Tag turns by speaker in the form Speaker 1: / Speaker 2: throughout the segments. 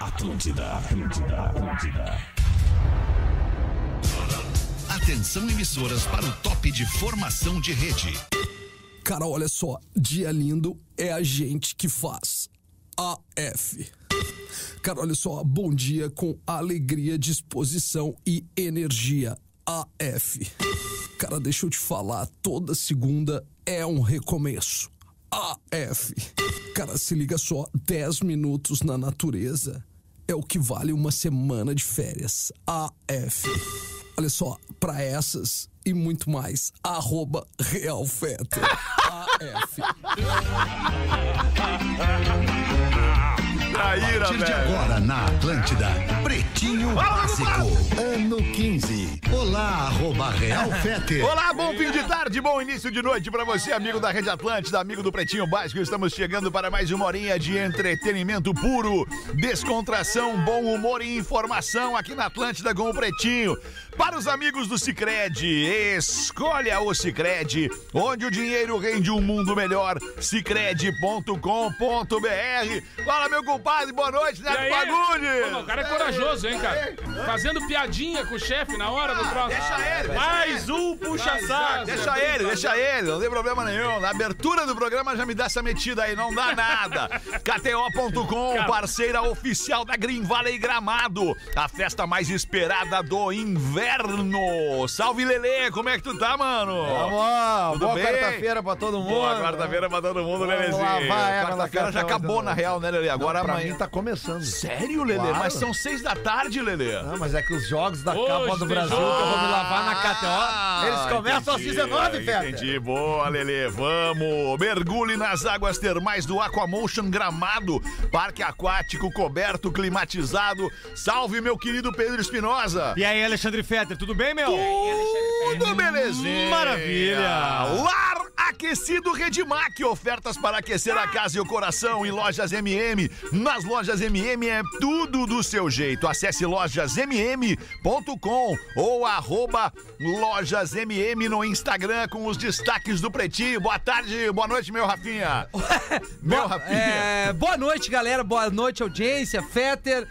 Speaker 1: Atlântida, Atlântida, Atlântida.
Speaker 2: Atenção emissoras para o top de formação de rede.
Speaker 3: Cara, olha só, dia lindo é a gente que faz. AF. Cara, olha só, bom dia com alegria, disposição e energia. AF. Cara, deixa eu te falar, toda segunda é um recomeço. AF. Cara, se liga só, 10 minutos na natureza é o que vale uma semana de férias. AF. Olha só, pra essas e muito mais, arroba Real Fetter. AF.
Speaker 2: A partir de agora na Atlântida, Pretinho Básico, ano 15. Olá, arroba Real Fete.
Speaker 4: Olá, bom fim de tarde, bom início de noite pra você, amigo da Rede Atlântida, amigo do Pretinho Básico. Estamos chegando para mais uma horinha de entretenimento puro, descontração, bom humor e informação aqui na Atlântida com o Pretinho. Para os amigos do Cicred, escolha o Cicred, onde o dinheiro rende um mundo melhor. Cicred.com.br. Fala, meu compadre, boa noite, Neto
Speaker 5: aí? é. Ô, meu, O
Speaker 4: Fagundes.
Speaker 5: cara é corajoso, hein, cara? Fazendo piadinha com o chefe na hora do troço.
Speaker 4: Ah, Deixa ele, deixa
Speaker 5: Mais um puxa-saco.
Speaker 4: Deixa ele, deixa ele, não tem problema nenhum. Na abertura do programa já me dá essa metida aí, não dá nada. KTO.com, parceira oficial da Green Valley Gramado, a festa mais esperada do inverno. Salve Lele, como é que tu tá, mano?
Speaker 6: Vamos,
Speaker 4: Tudo
Speaker 6: boa
Speaker 4: bem?
Speaker 6: quarta-feira pra todo mundo.
Speaker 4: Boa quarta-feira pra todo mundo,
Speaker 6: Vamos
Speaker 4: Lelezinho.
Speaker 6: lavar ela na
Speaker 4: Quarta-feira já
Speaker 6: festa
Speaker 4: acabou,
Speaker 6: hoje,
Speaker 4: na
Speaker 6: né?
Speaker 4: real, né, Lele? Agora
Speaker 6: pra
Speaker 4: amanhã.
Speaker 6: mim tá começando.
Speaker 4: Sério, Lele?
Speaker 6: Claro.
Speaker 4: Mas são seis da tarde, Lele.
Speaker 6: Não, mas é que os jogos da
Speaker 5: Hoje
Speaker 6: Copa do
Speaker 5: tem
Speaker 6: Brasil que
Speaker 5: jogo.
Speaker 6: eu vou me lavar na
Speaker 4: Ah,
Speaker 6: KTO, eles começam às
Speaker 4: entendi,
Speaker 6: 19, Fete.
Speaker 4: Entendi, boa, Lele. Vamos! Mergulhe nas águas termais do Aquamotion Gramado, parque aquático coberto, climatizado. Salve, meu querido Pedro Espinosa!
Speaker 7: E aí, Alexandre Fetter, tudo bem, meu?
Speaker 4: Tudo belezinha!
Speaker 7: Maravilha!
Speaker 4: Lar Aquecido Redmac, ofertas para aquecer a casa e o coração em lojas MM. Nas lojas MM é tudo do seu jeito. Acesse lojasmm.com ou arroba lojasmm no Instagram com os destaques do Pretinho. Boa tarde, boa noite, meu Rafinha. meu Rafinha.
Speaker 8: É, boa noite, galera. Boa noite, audiência, Fetter.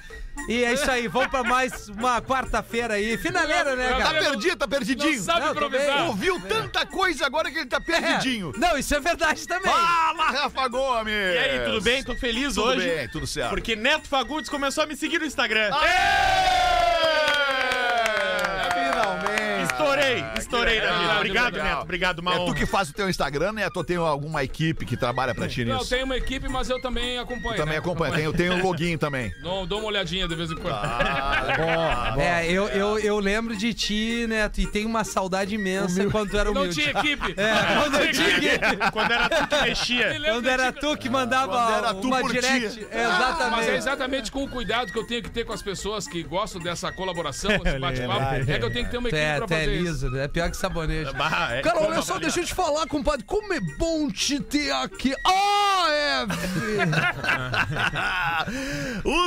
Speaker 8: E é isso aí, vamos pra mais uma quarta-feira aí. Finaleira, né,
Speaker 4: Tá
Speaker 8: cara?
Speaker 4: perdido, tá perdidinho.
Speaker 5: Não sabe
Speaker 8: Não,
Speaker 5: improvisar.
Speaker 8: também.
Speaker 4: Ouviu tanta coisa agora que ele tá
Speaker 8: É.
Speaker 4: perdidinho.
Speaker 8: Não, isso é verdade também.
Speaker 4: Fala, Rafa Gomes.
Speaker 7: E aí, tudo bem? Tô feliz
Speaker 4: Tudo
Speaker 7: hoje.
Speaker 4: bem, tudo certo.
Speaker 7: Porque Neto Fagundes começou a me seguir no Instagram.
Speaker 4: É! Finalmente!
Speaker 7: estourei, estourei
Speaker 4: Ah, legal,
Speaker 7: na vida. Obrigado,
Speaker 4: legal.
Speaker 7: Neto. Obrigado, uma
Speaker 4: É tu
Speaker 7: honra.
Speaker 4: que faz o teu Instagram, né? Tu tem alguma equipe que trabalha pra ti
Speaker 5: Não, eu
Speaker 4: nisso?
Speaker 5: tenho uma equipe, mas eu também acompanho.
Speaker 4: Também
Speaker 5: né?
Speaker 4: acompanha, tem- eu tenho o login também.
Speaker 5: Dou, dou uma olhadinha de vez em quando.
Speaker 3: Ah,
Speaker 8: É, eu, eu, eu lembro de ti, Neto, e tenho uma saudade imensa quando tu era
Speaker 5: Não
Speaker 8: humilde.
Speaker 5: tinha equipe.
Speaker 8: É, quando eu tinha que-
Speaker 7: Quando era tu que
Speaker 5: Me
Speaker 7: mexia.
Speaker 5: lembro
Speaker 8: Quando
Speaker 5: de
Speaker 8: era
Speaker 5: ti-
Speaker 8: tu que mandava
Speaker 4: Quando era tu
Speaker 8: uma
Speaker 4: por ti.
Speaker 3: Ah,
Speaker 8: direct. É,
Speaker 5: Mas
Speaker 8: exatamente.
Speaker 5: é exatamente com o cuidado que eu tenho que ter com as pessoas que gostam dessa colaboração, esse bate-papo. É que eu tenho que ter uma
Speaker 8: Tu
Speaker 5: equipe
Speaker 8: é,
Speaker 5: pra
Speaker 8: tu é
Speaker 5: fazer isso.
Speaker 8: liso, né? É pior que sabonete.
Speaker 7: Bah, é-
Speaker 3: Cara, olha só, deixa eu te falar, compadre, como é bom te ter aqui. Ah, é.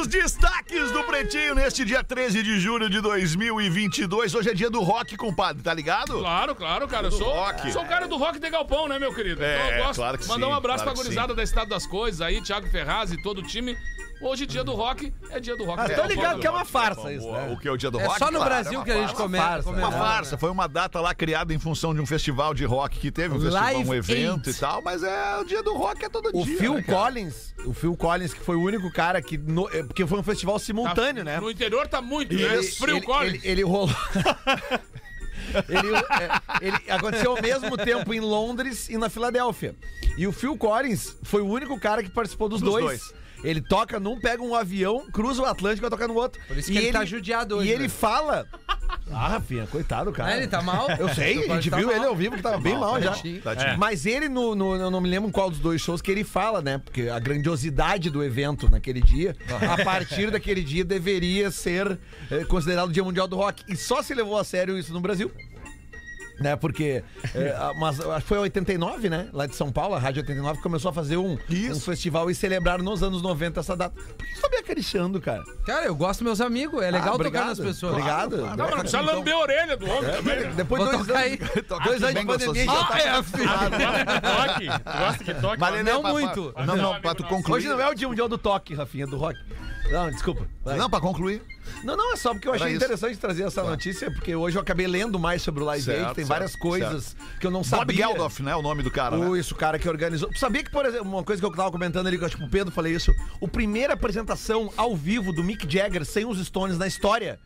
Speaker 4: Os destaques do Pretinho neste dia 13 de julho de 2022. Hoje é dia do rock, compadre, tá ligado?
Speaker 5: Claro, claro, cara. Eu
Speaker 4: Do
Speaker 5: sou,
Speaker 4: rock.
Speaker 5: sou o cara do rock de Galpão, né, meu querido?
Speaker 4: É,
Speaker 5: eu gosto.
Speaker 4: claro que
Speaker 5: Mandar
Speaker 4: sim,
Speaker 5: um abraço
Speaker 4: claro
Speaker 5: pra
Speaker 4: que
Speaker 5: gurizada da Estado das Coisas aí, Thiago Ferraz e todo o time. Hoje, dia do rock, é dia do rock.
Speaker 8: Ah,
Speaker 5: de
Speaker 8: tô
Speaker 5: Galpão,
Speaker 8: ligado
Speaker 5: né?
Speaker 8: que é uma farsa isso,
Speaker 4: O
Speaker 8: né?
Speaker 4: que é o dia do
Speaker 8: É
Speaker 4: rock?
Speaker 8: só no
Speaker 4: claro, é
Speaker 8: Brasil
Speaker 4: uma
Speaker 8: que a gente
Speaker 4: farsa.
Speaker 8: começa.
Speaker 4: Uma farsa, foi uma data lá criada em função de um festival de rock que teve, um, festival, um
Speaker 8: Live
Speaker 4: evento
Speaker 8: Aid.
Speaker 4: e tal, mas é o dia do rock é todo
Speaker 6: O
Speaker 4: dia.
Speaker 6: Phil
Speaker 4: né, cara?
Speaker 6: Collins, o Phil Collins que foi o único cara que... no- é, porque foi um festival
Speaker 5: Tá-
Speaker 6: simultâneo, né?
Speaker 5: No interior tá muito,
Speaker 6: E
Speaker 5: né?
Speaker 6: ele-
Speaker 5: Frio
Speaker 6: ele-
Speaker 5: Collins.
Speaker 6: Ele, ele rolou... ele, é, ele- aconteceu ao mesmo tempo em Londres e na Filadélfia. E o Phil Collins foi o único cara que participou dos,
Speaker 4: Dos
Speaker 6: dois.
Speaker 4: dois.
Speaker 6: Ele toca num, pega um avião, cruza o Atlântico e vai tocar no outro.
Speaker 8: Por isso
Speaker 6: E
Speaker 8: que ele tá judiado hoje,
Speaker 6: E ele
Speaker 8: né?
Speaker 6: fala... Ah, Rafinha, coitado, cara.
Speaker 8: Ah, ele tá mal?
Speaker 6: Eu sei, a gente viu ele ao vivo que tava bem mal já.
Speaker 8: tadinho.
Speaker 4: Tadinho.
Speaker 6: Mas ele, no, no- eu não me lembro qual dos dois shows que ele fala, né? Porque a grandiosidade do evento naquele dia, a partir daquele dia, deveria ser eh, considerado o Dia Mundial do Rock. E só se levou a sério isso no Brasil. Né, porque eh, a- mas acho que foi 89, né? Lá de São Paulo, a Rádio 89 começou a fazer um, um festival e celebrar nos anos 90 essa data. Por que você tá me acariciando, cara? Ah,
Speaker 8: Cara, eu gosto dos meus
Speaker 4: Ah,
Speaker 8: amigos. É legal tocar nas pessoas.
Speaker 6: Obrigado.
Speaker 5: Não, mas não precisa lamber a orelha do homem também, né?
Speaker 6: Depois de
Speaker 8: Vou
Speaker 6: dois
Speaker 8: tocar
Speaker 6: anos, dois
Speaker 4: Ah,
Speaker 6: anos de
Speaker 4: bem
Speaker 6: pandemia, já
Speaker 4: gostosinho.
Speaker 8: Ah,
Speaker 6: tá
Speaker 8: é,
Speaker 7: Gosta que toque? Gosta que toque?
Speaker 4: Mas, Lelê,
Speaker 8: não
Speaker 4: pra- pra-
Speaker 8: muito.
Speaker 4: Não, não, pra
Speaker 7: Não,
Speaker 4: tu
Speaker 7: amigo nosso.
Speaker 6: é
Speaker 4: concluir.
Speaker 6: Hoje não é o dia mundial do toque, Rafinha, do rock. Não, desculpa. Vai.
Speaker 4: Não, pra concluir.
Speaker 6: Não, não, é só porque eu
Speaker 4: Era
Speaker 6: achei
Speaker 4: isso. Tá.
Speaker 6: interessante trazer essa notícia, porque hoje eu acabei lendo mais sobre o Live
Speaker 4: Certo,
Speaker 6: Aid, tem
Speaker 4: certo,
Speaker 6: várias coisas que eu não
Speaker 4: Bob
Speaker 6: sabia.
Speaker 4: Geldof, né? O nome do cara. né?
Speaker 6: O, isso, o cara que organizou. Tu Sabia que, por exemplo, uma coisa que eu tava comentando ali, que eu acho que o Pedro falei isso, o primeira apresentação ao vivo do Mick Jagger sem os Stones na história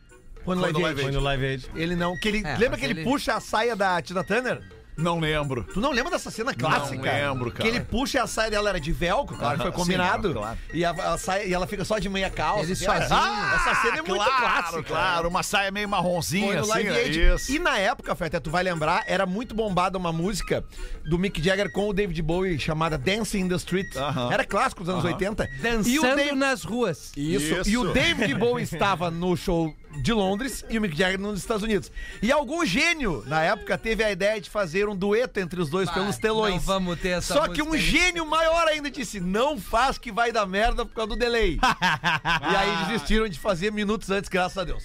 Speaker 6: foi no
Speaker 4: Foi
Speaker 6: Live
Speaker 4: no
Speaker 6: Aid.
Speaker 4: Live
Speaker 7: Foi no Live Aid.
Speaker 6: Ele não, que ele,
Speaker 8: É,
Speaker 6: lembra
Speaker 8: mas
Speaker 6: que ele,
Speaker 8: ele-
Speaker 6: puxa a saia da Tina Turner?
Speaker 4: Não lembro.
Speaker 6: Tu não lembra dessa cena clássica?
Speaker 4: lembro, cara.
Speaker 6: Que ele puxa a saia dela, era de velcro, claro, foi
Speaker 4: Sim,
Speaker 6: combinado.
Speaker 4: claro, claro.
Speaker 6: E, a, a saia, e ela fica só de meia calça.
Speaker 8: Ele
Speaker 6: assim, era-
Speaker 8: sozinho.
Speaker 6: Ah, essa cena é muito
Speaker 4: claro,
Speaker 6: clássica.
Speaker 4: Claro, uma saia meio marronzinha,
Speaker 6: Foi no
Speaker 4: assim.
Speaker 6: Live
Speaker 4: né?
Speaker 6: Aid.
Speaker 4: Isso.
Speaker 6: E na época, Fé, até tu vai lembrar, era muito bombada uma música do Mick Jagger com o David Bowie chamada Dancing in the Street.
Speaker 4: Aham.
Speaker 6: Era clássico dos anos 80. E o
Speaker 8: Dançando
Speaker 6: David,
Speaker 8: nas ruas.
Speaker 4: Isso.
Speaker 6: e o David Bowie estava no show de Londres e o Mick Jagger nos Estados Unidos. E algum gênio, na época, teve a ideia de fazer um dueto entre os dois
Speaker 8: Bah,
Speaker 6: pelos telões.
Speaker 8: não vamos ter essa
Speaker 6: Só que um
Speaker 8: música aí.
Speaker 6: gênio maior ainda disse: não faz que vai dar merda por causa do delay. e aí desistiram de fazer minutos antes, graças a Deus.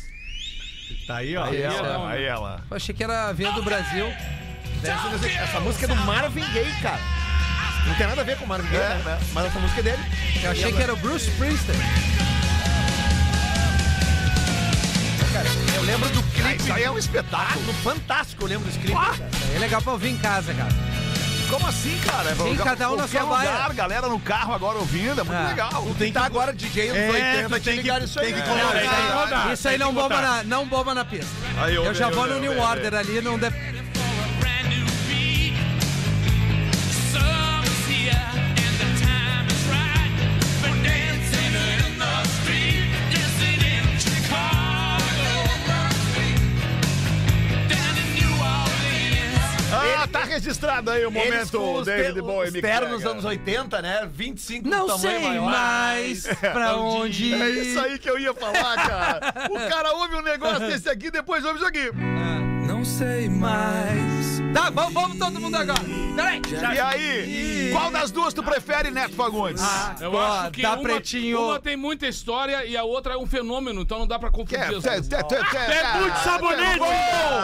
Speaker 7: Tá aí, ó.
Speaker 4: Aí ela,
Speaker 8: Ela.
Speaker 4: aí ela.
Speaker 8: Eu achei que era a Venda do Brasil.
Speaker 6: Essa música é do Marvin Gaye, cara. Não tem nada a ver com o Marvin Gaye, né? Mas essa música é dele.
Speaker 8: Eu achei que era o Bruce Springsteen.
Speaker 6: Eu lembro do
Speaker 4: Ah,
Speaker 6: clipe
Speaker 4: isso aí é um espetáculo.
Speaker 6: no Fantástico, eu lembro desse clipe. cara.
Speaker 8: É legal pra ouvir em casa, cara.
Speaker 4: Como assim, cara? É pra
Speaker 8: Sim,
Speaker 4: lugar-
Speaker 8: cada um na
Speaker 4: qualquer
Speaker 8: sua baia.
Speaker 4: lugar, galera no carro agora ouvindo, é muito
Speaker 8: Ah.
Speaker 4: legal.
Speaker 6: Tu tem que tá agora DJ anos
Speaker 7: É,
Speaker 6: 80,
Speaker 7: tu tem
Speaker 6: ligar
Speaker 7: que-
Speaker 6: isso aí.
Speaker 7: tem que
Speaker 6: É.
Speaker 7: colocar.
Speaker 6: É.
Speaker 7: tem que rodar,
Speaker 8: Isso aí
Speaker 7: tem
Speaker 8: não
Speaker 7: que
Speaker 8: bomba,
Speaker 7: botar.
Speaker 8: na, não bomba na pista.
Speaker 4: Aí,
Speaker 8: Eu já vou no New Order
Speaker 4: Order.
Speaker 8: ali, não deve.
Speaker 4: Ah, tá registrado aí o
Speaker 6: Eles com
Speaker 4: momento
Speaker 6: os
Speaker 4: David
Speaker 6: ter-
Speaker 4: Bowie.
Speaker 6: os
Speaker 4: Mick
Speaker 6: ternos
Speaker 4: Jagger.
Speaker 6: anos 80, né? 25 do
Speaker 8: Não
Speaker 6: tamanho
Speaker 8: sei
Speaker 6: maior.
Speaker 8: mais pra onde ir.
Speaker 4: É isso aí que eu ia falar, cara. O cara ouve um negócio desse aqui, depois ouve isso aqui.
Speaker 3: Não sei mais.
Speaker 8: Tá, vamos, vamos todo mundo agora. Peraí.
Speaker 4: E aí, qual das duas tu prefere, Neto Fagundes?
Speaker 5: Eu
Speaker 8: Ó,
Speaker 5: acho que
Speaker 8: dá
Speaker 5: uma,
Speaker 8: pretinho.
Speaker 5: uma tem muita história e a outra é um fenômeno, então não dá pra
Speaker 4: Que
Speaker 5: confundir.
Speaker 4: é,
Speaker 5: as
Speaker 4: é, é,
Speaker 5: duas.
Speaker 4: é,
Speaker 7: É muito sabonete!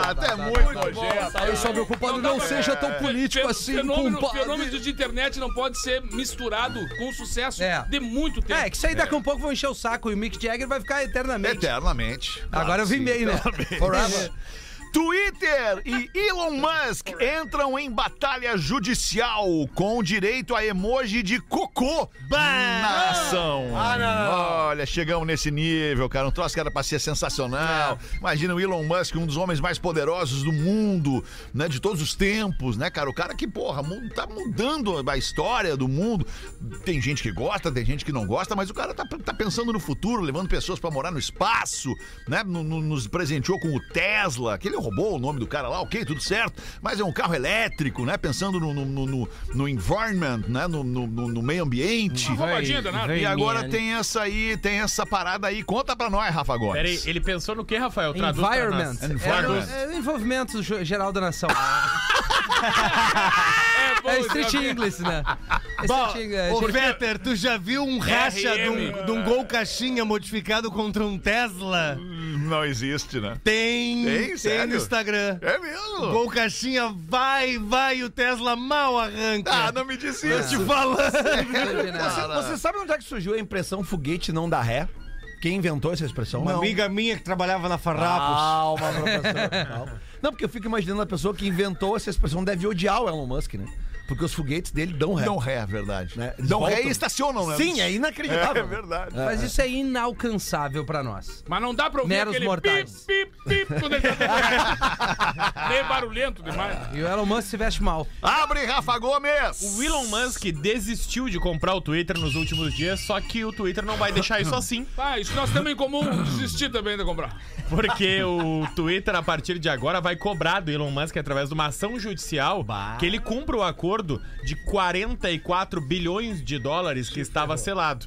Speaker 4: Até muito nojento.
Speaker 3: Eu só me ocupado, não seja tão político
Speaker 5: Fe-
Speaker 3: assim,
Speaker 5: É, fenômeno,
Speaker 3: compadre.
Speaker 5: fenômeno de internet não pode ser misturado com sucesso
Speaker 8: É.
Speaker 5: de muito tempo.
Speaker 8: É, que isso aí daqui a um pouco vão encher o saco e o Mick Jagger vai ficar eternamente.
Speaker 4: Eternamente.
Speaker 8: Agora eu vim bem, né?
Speaker 4: Forever. Twitter e Elon Musk entram em batalha judicial com direito a emoji de cocô na ação. Olha, chegamos nesse nível, cara. Um troço que era pra ser sensacional. Imagina o Elon Musk, um dos homens mais poderosos do mundo, né? De todos os tempos, né, cara? O cara que, porra, mu- tá mudando a história do mundo. Tem gente que gosta, tem gente que não gosta, mas o cara tá, tá pensando no futuro, levando pessoas pra morar no espaço, né? No- no- nos presenteou com o Tesla, que ele roubou o nome do cara lá, ok, tudo certo, mas é um carro elétrico, né? Pensando no, no, no- no- no environment, né? No, no- no- no meio ambiente.
Speaker 5: Uma roubadinha danada.
Speaker 7: vem.
Speaker 4: E agora
Speaker 7: Minha.
Speaker 4: tem essa aí, tem essa parada aí. Conta pra nós, Rafa Gomes.
Speaker 7: Peraí, ele pensou no que, Rafael? Traduz pra
Speaker 8: Environment.
Speaker 7: nós.
Speaker 8: Era o-
Speaker 4: Environment.
Speaker 8: É, o envolvimento ge- geral da nação.
Speaker 6: Ah,
Speaker 5: É, bom,
Speaker 8: É
Speaker 5: isso
Speaker 8: Street English, né? É
Speaker 7: Bom,
Speaker 8: Street English.
Speaker 7: o
Speaker 8: Street-
Speaker 7: Peter, tu já viu um racha de um, de um gol caixinha modificado contra um Tesla?
Speaker 4: Não existe, né?
Speaker 7: Tem,
Speaker 4: Tem,
Speaker 7: tem,
Speaker 4: sério?
Speaker 7: no Instagram.
Speaker 4: É mesmo?
Speaker 7: Gol caixinha, vai, vai, o Tesla mal arranca.
Speaker 4: Ah, não me disse
Speaker 7: Te
Speaker 4: isso.
Speaker 7: falando.
Speaker 8: né?
Speaker 6: Você, você sabe onde é que surgiu a impressão foguete não dá ré? Quem inventou essa expressão?
Speaker 7: Uma
Speaker 6: Não.
Speaker 7: amiga minha que trabalhava na Farrapos.
Speaker 6: Calma, professor. Calma. Não, porque eu fico imaginando a pessoa que inventou essa expressão deve odiar o Elon Musk, né? Porque os foguetes dele dão ré.
Speaker 4: Dão ré, é verdade.
Speaker 6: É. Né? Eles
Speaker 4: Dão ré
Speaker 6: voltam.
Speaker 4: e estacionam, né?
Speaker 6: Sim, é
Speaker 4: É
Speaker 6: inacreditável.
Speaker 4: verdade.
Speaker 8: Mas isso é inalcançável pra nós.
Speaker 5: Mas não dá pra ouvir
Speaker 8: Meros
Speaker 5: aquele
Speaker 8: mortais.
Speaker 5: pip, pip, pip, quando ele tá Meio barulhento demais.
Speaker 8: E o Elon Musk se veste mal.
Speaker 4: Abre, Rafa Gomes!
Speaker 7: O Elon Musk desistiu de comprar o Twitter nos últimos dias, só que o Twitter não vai deixar isso assim.
Speaker 5: Ah, isso nós temos em comum, desistir também de comprar.
Speaker 7: Porque o Twitter, a partir de agora, vai cobrar do Elon Musk, através de uma ação judicial, que ele cumpra o acordo de 44 bilhões de dólares que estava selado.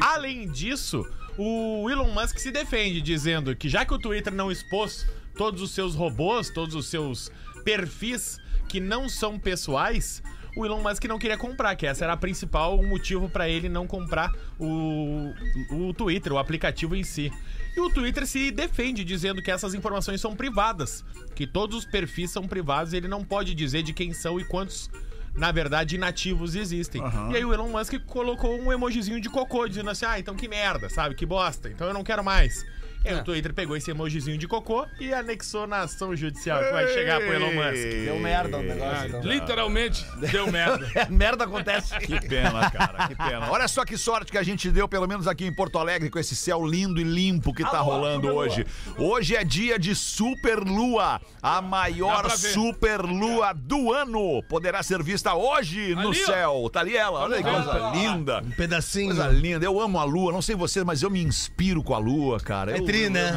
Speaker 7: Além disso, o Elon Musk se defende, dizendo que já que o Twitter não expôs todos os seus robôs, todos os seus perfis que não são pessoais. O Elon Musk não queria comprar, que essa era a principal motivo para ele não comprar o, o Twitter, o aplicativo em si. E o Twitter se defende dizendo que essas informações são privadas, que todos os perfis são privados e ele não pode dizer de quem são e quantos na verdade, inativos existem. E aí o Elon Musk colocou um emojizinho de cocô, dizendo assim, ah, então que merda, sabe? Que bosta, então eu não quero mais. E aí o Twitter pegou esse emojizinho de cocô e anexou na ação judicial que vai chegar pro Elon Musk.
Speaker 6: Deu merda o
Speaker 5: Ah,
Speaker 6: negócio. então.
Speaker 5: literalmente deu merda.
Speaker 6: É, merda acontece.
Speaker 4: Que pena, cara, que pena. Olha só que sorte que a gente deu, pelo menos aqui em Porto Alegre, com esse céu lindo e limpo que tá rolando hoje. Hoje é dia de super lua, a maior
Speaker 5: pra ver.
Speaker 4: super lua do ano. Poderá ser vista hoje no
Speaker 5: Ali, ó.
Speaker 4: céu. Tá ali ela, olha que
Speaker 5: Vamos
Speaker 4: coisa linda.
Speaker 6: Pedacinho.
Speaker 4: Coisa linda, eu amo a lua, não sei vocês, mas eu me inspiro com a lua, cara. É
Speaker 6: tri, né?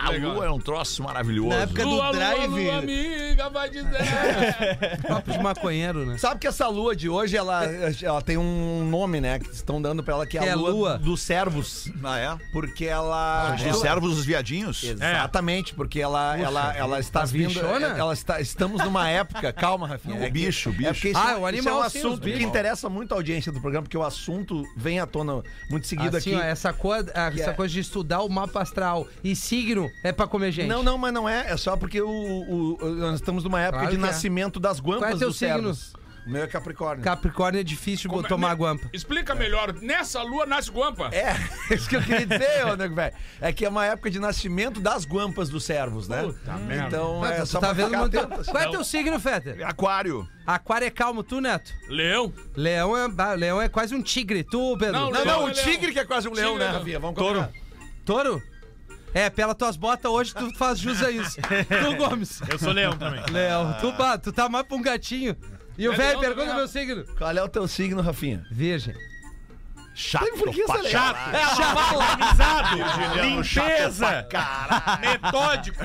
Speaker 4: a lua é um troço maravilhoso.
Speaker 6: Na época do
Speaker 5: Lua, lua,
Speaker 6: drive.
Speaker 5: lua, amiga, vai dizer.
Speaker 8: Papo de maconheiro, né?
Speaker 6: Sabe que essa lua de hoje, ela, ela tem um nome, né? Que estão dando pra ela, que é,
Speaker 8: Que é
Speaker 6: a lua,
Speaker 8: lua.
Speaker 6: dos servos.
Speaker 4: Ah, é?
Speaker 6: Porque ela.
Speaker 4: Os
Speaker 6: ela-
Speaker 4: dos servos os viadinhos? É,
Speaker 6: Exatamente, porque ela, ela, ela está
Speaker 8: As
Speaker 6: vindo.
Speaker 8: bichona?
Speaker 6: Ela está, estamos numa época. Calma, Rafinha.
Speaker 4: O
Speaker 6: que-
Speaker 4: bicho, o bicho.
Speaker 6: É porque isso,
Speaker 8: Ah, o
Speaker 6: é- isso é um
Speaker 8: animal, sim, os
Speaker 6: assunto que
Speaker 8: bichos.
Speaker 6: interessa muito a audiência do programa, porque o assunto vem à tona muito seguido
Speaker 8: Assim, ó,
Speaker 6: aqui.
Speaker 8: essa, coisa, essa
Speaker 6: é-
Speaker 8: coisa de estudar o mapa astral e signo é pra comer gente.
Speaker 6: Não, não, mas não é. É só porque o, o- o- nós estamos numa época
Speaker 8: Claro
Speaker 6: de
Speaker 8: que é.
Speaker 6: nascimento das guampas
Speaker 8: Qual é teu
Speaker 6: dos
Speaker 8: signo?
Speaker 6: servos. O meu é Capricórnio.
Speaker 8: Capricórnio é difícil bo- tomar guampa.
Speaker 5: Explica melhor. Nessa lua nasce guampa.
Speaker 6: É, isso que eu queria dizer, ô nego velho. É que é uma época de nascimento das guampas dos servos, né? então é
Speaker 8: Tu
Speaker 6: só
Speaker 8: tá
Speaker 6: pra
Speaker 8: vendo
Speaker 6: ficar
Speaker 8: muito...
Speaker 6: atento, assim.
Speaker 8: Qual é teu signo, Fetter?
Speaker 4: Aquário.
Speaker 8: Aquário é calmo, tu, Neto?
Speaker 5: Leão.
Speaker 8: Leão é, bah, leão é quase um tigre, tu, Pedro?
Speaker 5: Não,
Speaker 6: Não, não, o
Speaker 5: Leão.
Speaker 6: tigre que é quase um leão,
Speaker 5: Tigre,
Speaker 6: né,
Speaker 5: não.
Speaker 6: Rafinha? Vamos Touro.
Speaker 8: Touro? É, pela tuas botas hoje tu faz jus a isso. tu, Gomes.
Speaker 7: Eu sou leão também.
Speaker 8: Leão, tu, bah, tu tá mais pra um gatinho. E o
Speaker 5: É
Speaker 8: velho
Speaker 5: leão
Speaker 8: pergunta
Speaker 5: também,
Speaker 8: meu signo.
Speaker 6: Qual é o teu signo, Rafinha?
Speaker 8: Virgem.
Speaker 4: Chato. pra
Speaker 6: Chato.
Speaker 4: caralho.
Speaker 7: Organizado,
Speaker 4: Virginiano, chato pra
Speaker 7: limpeza, metódico.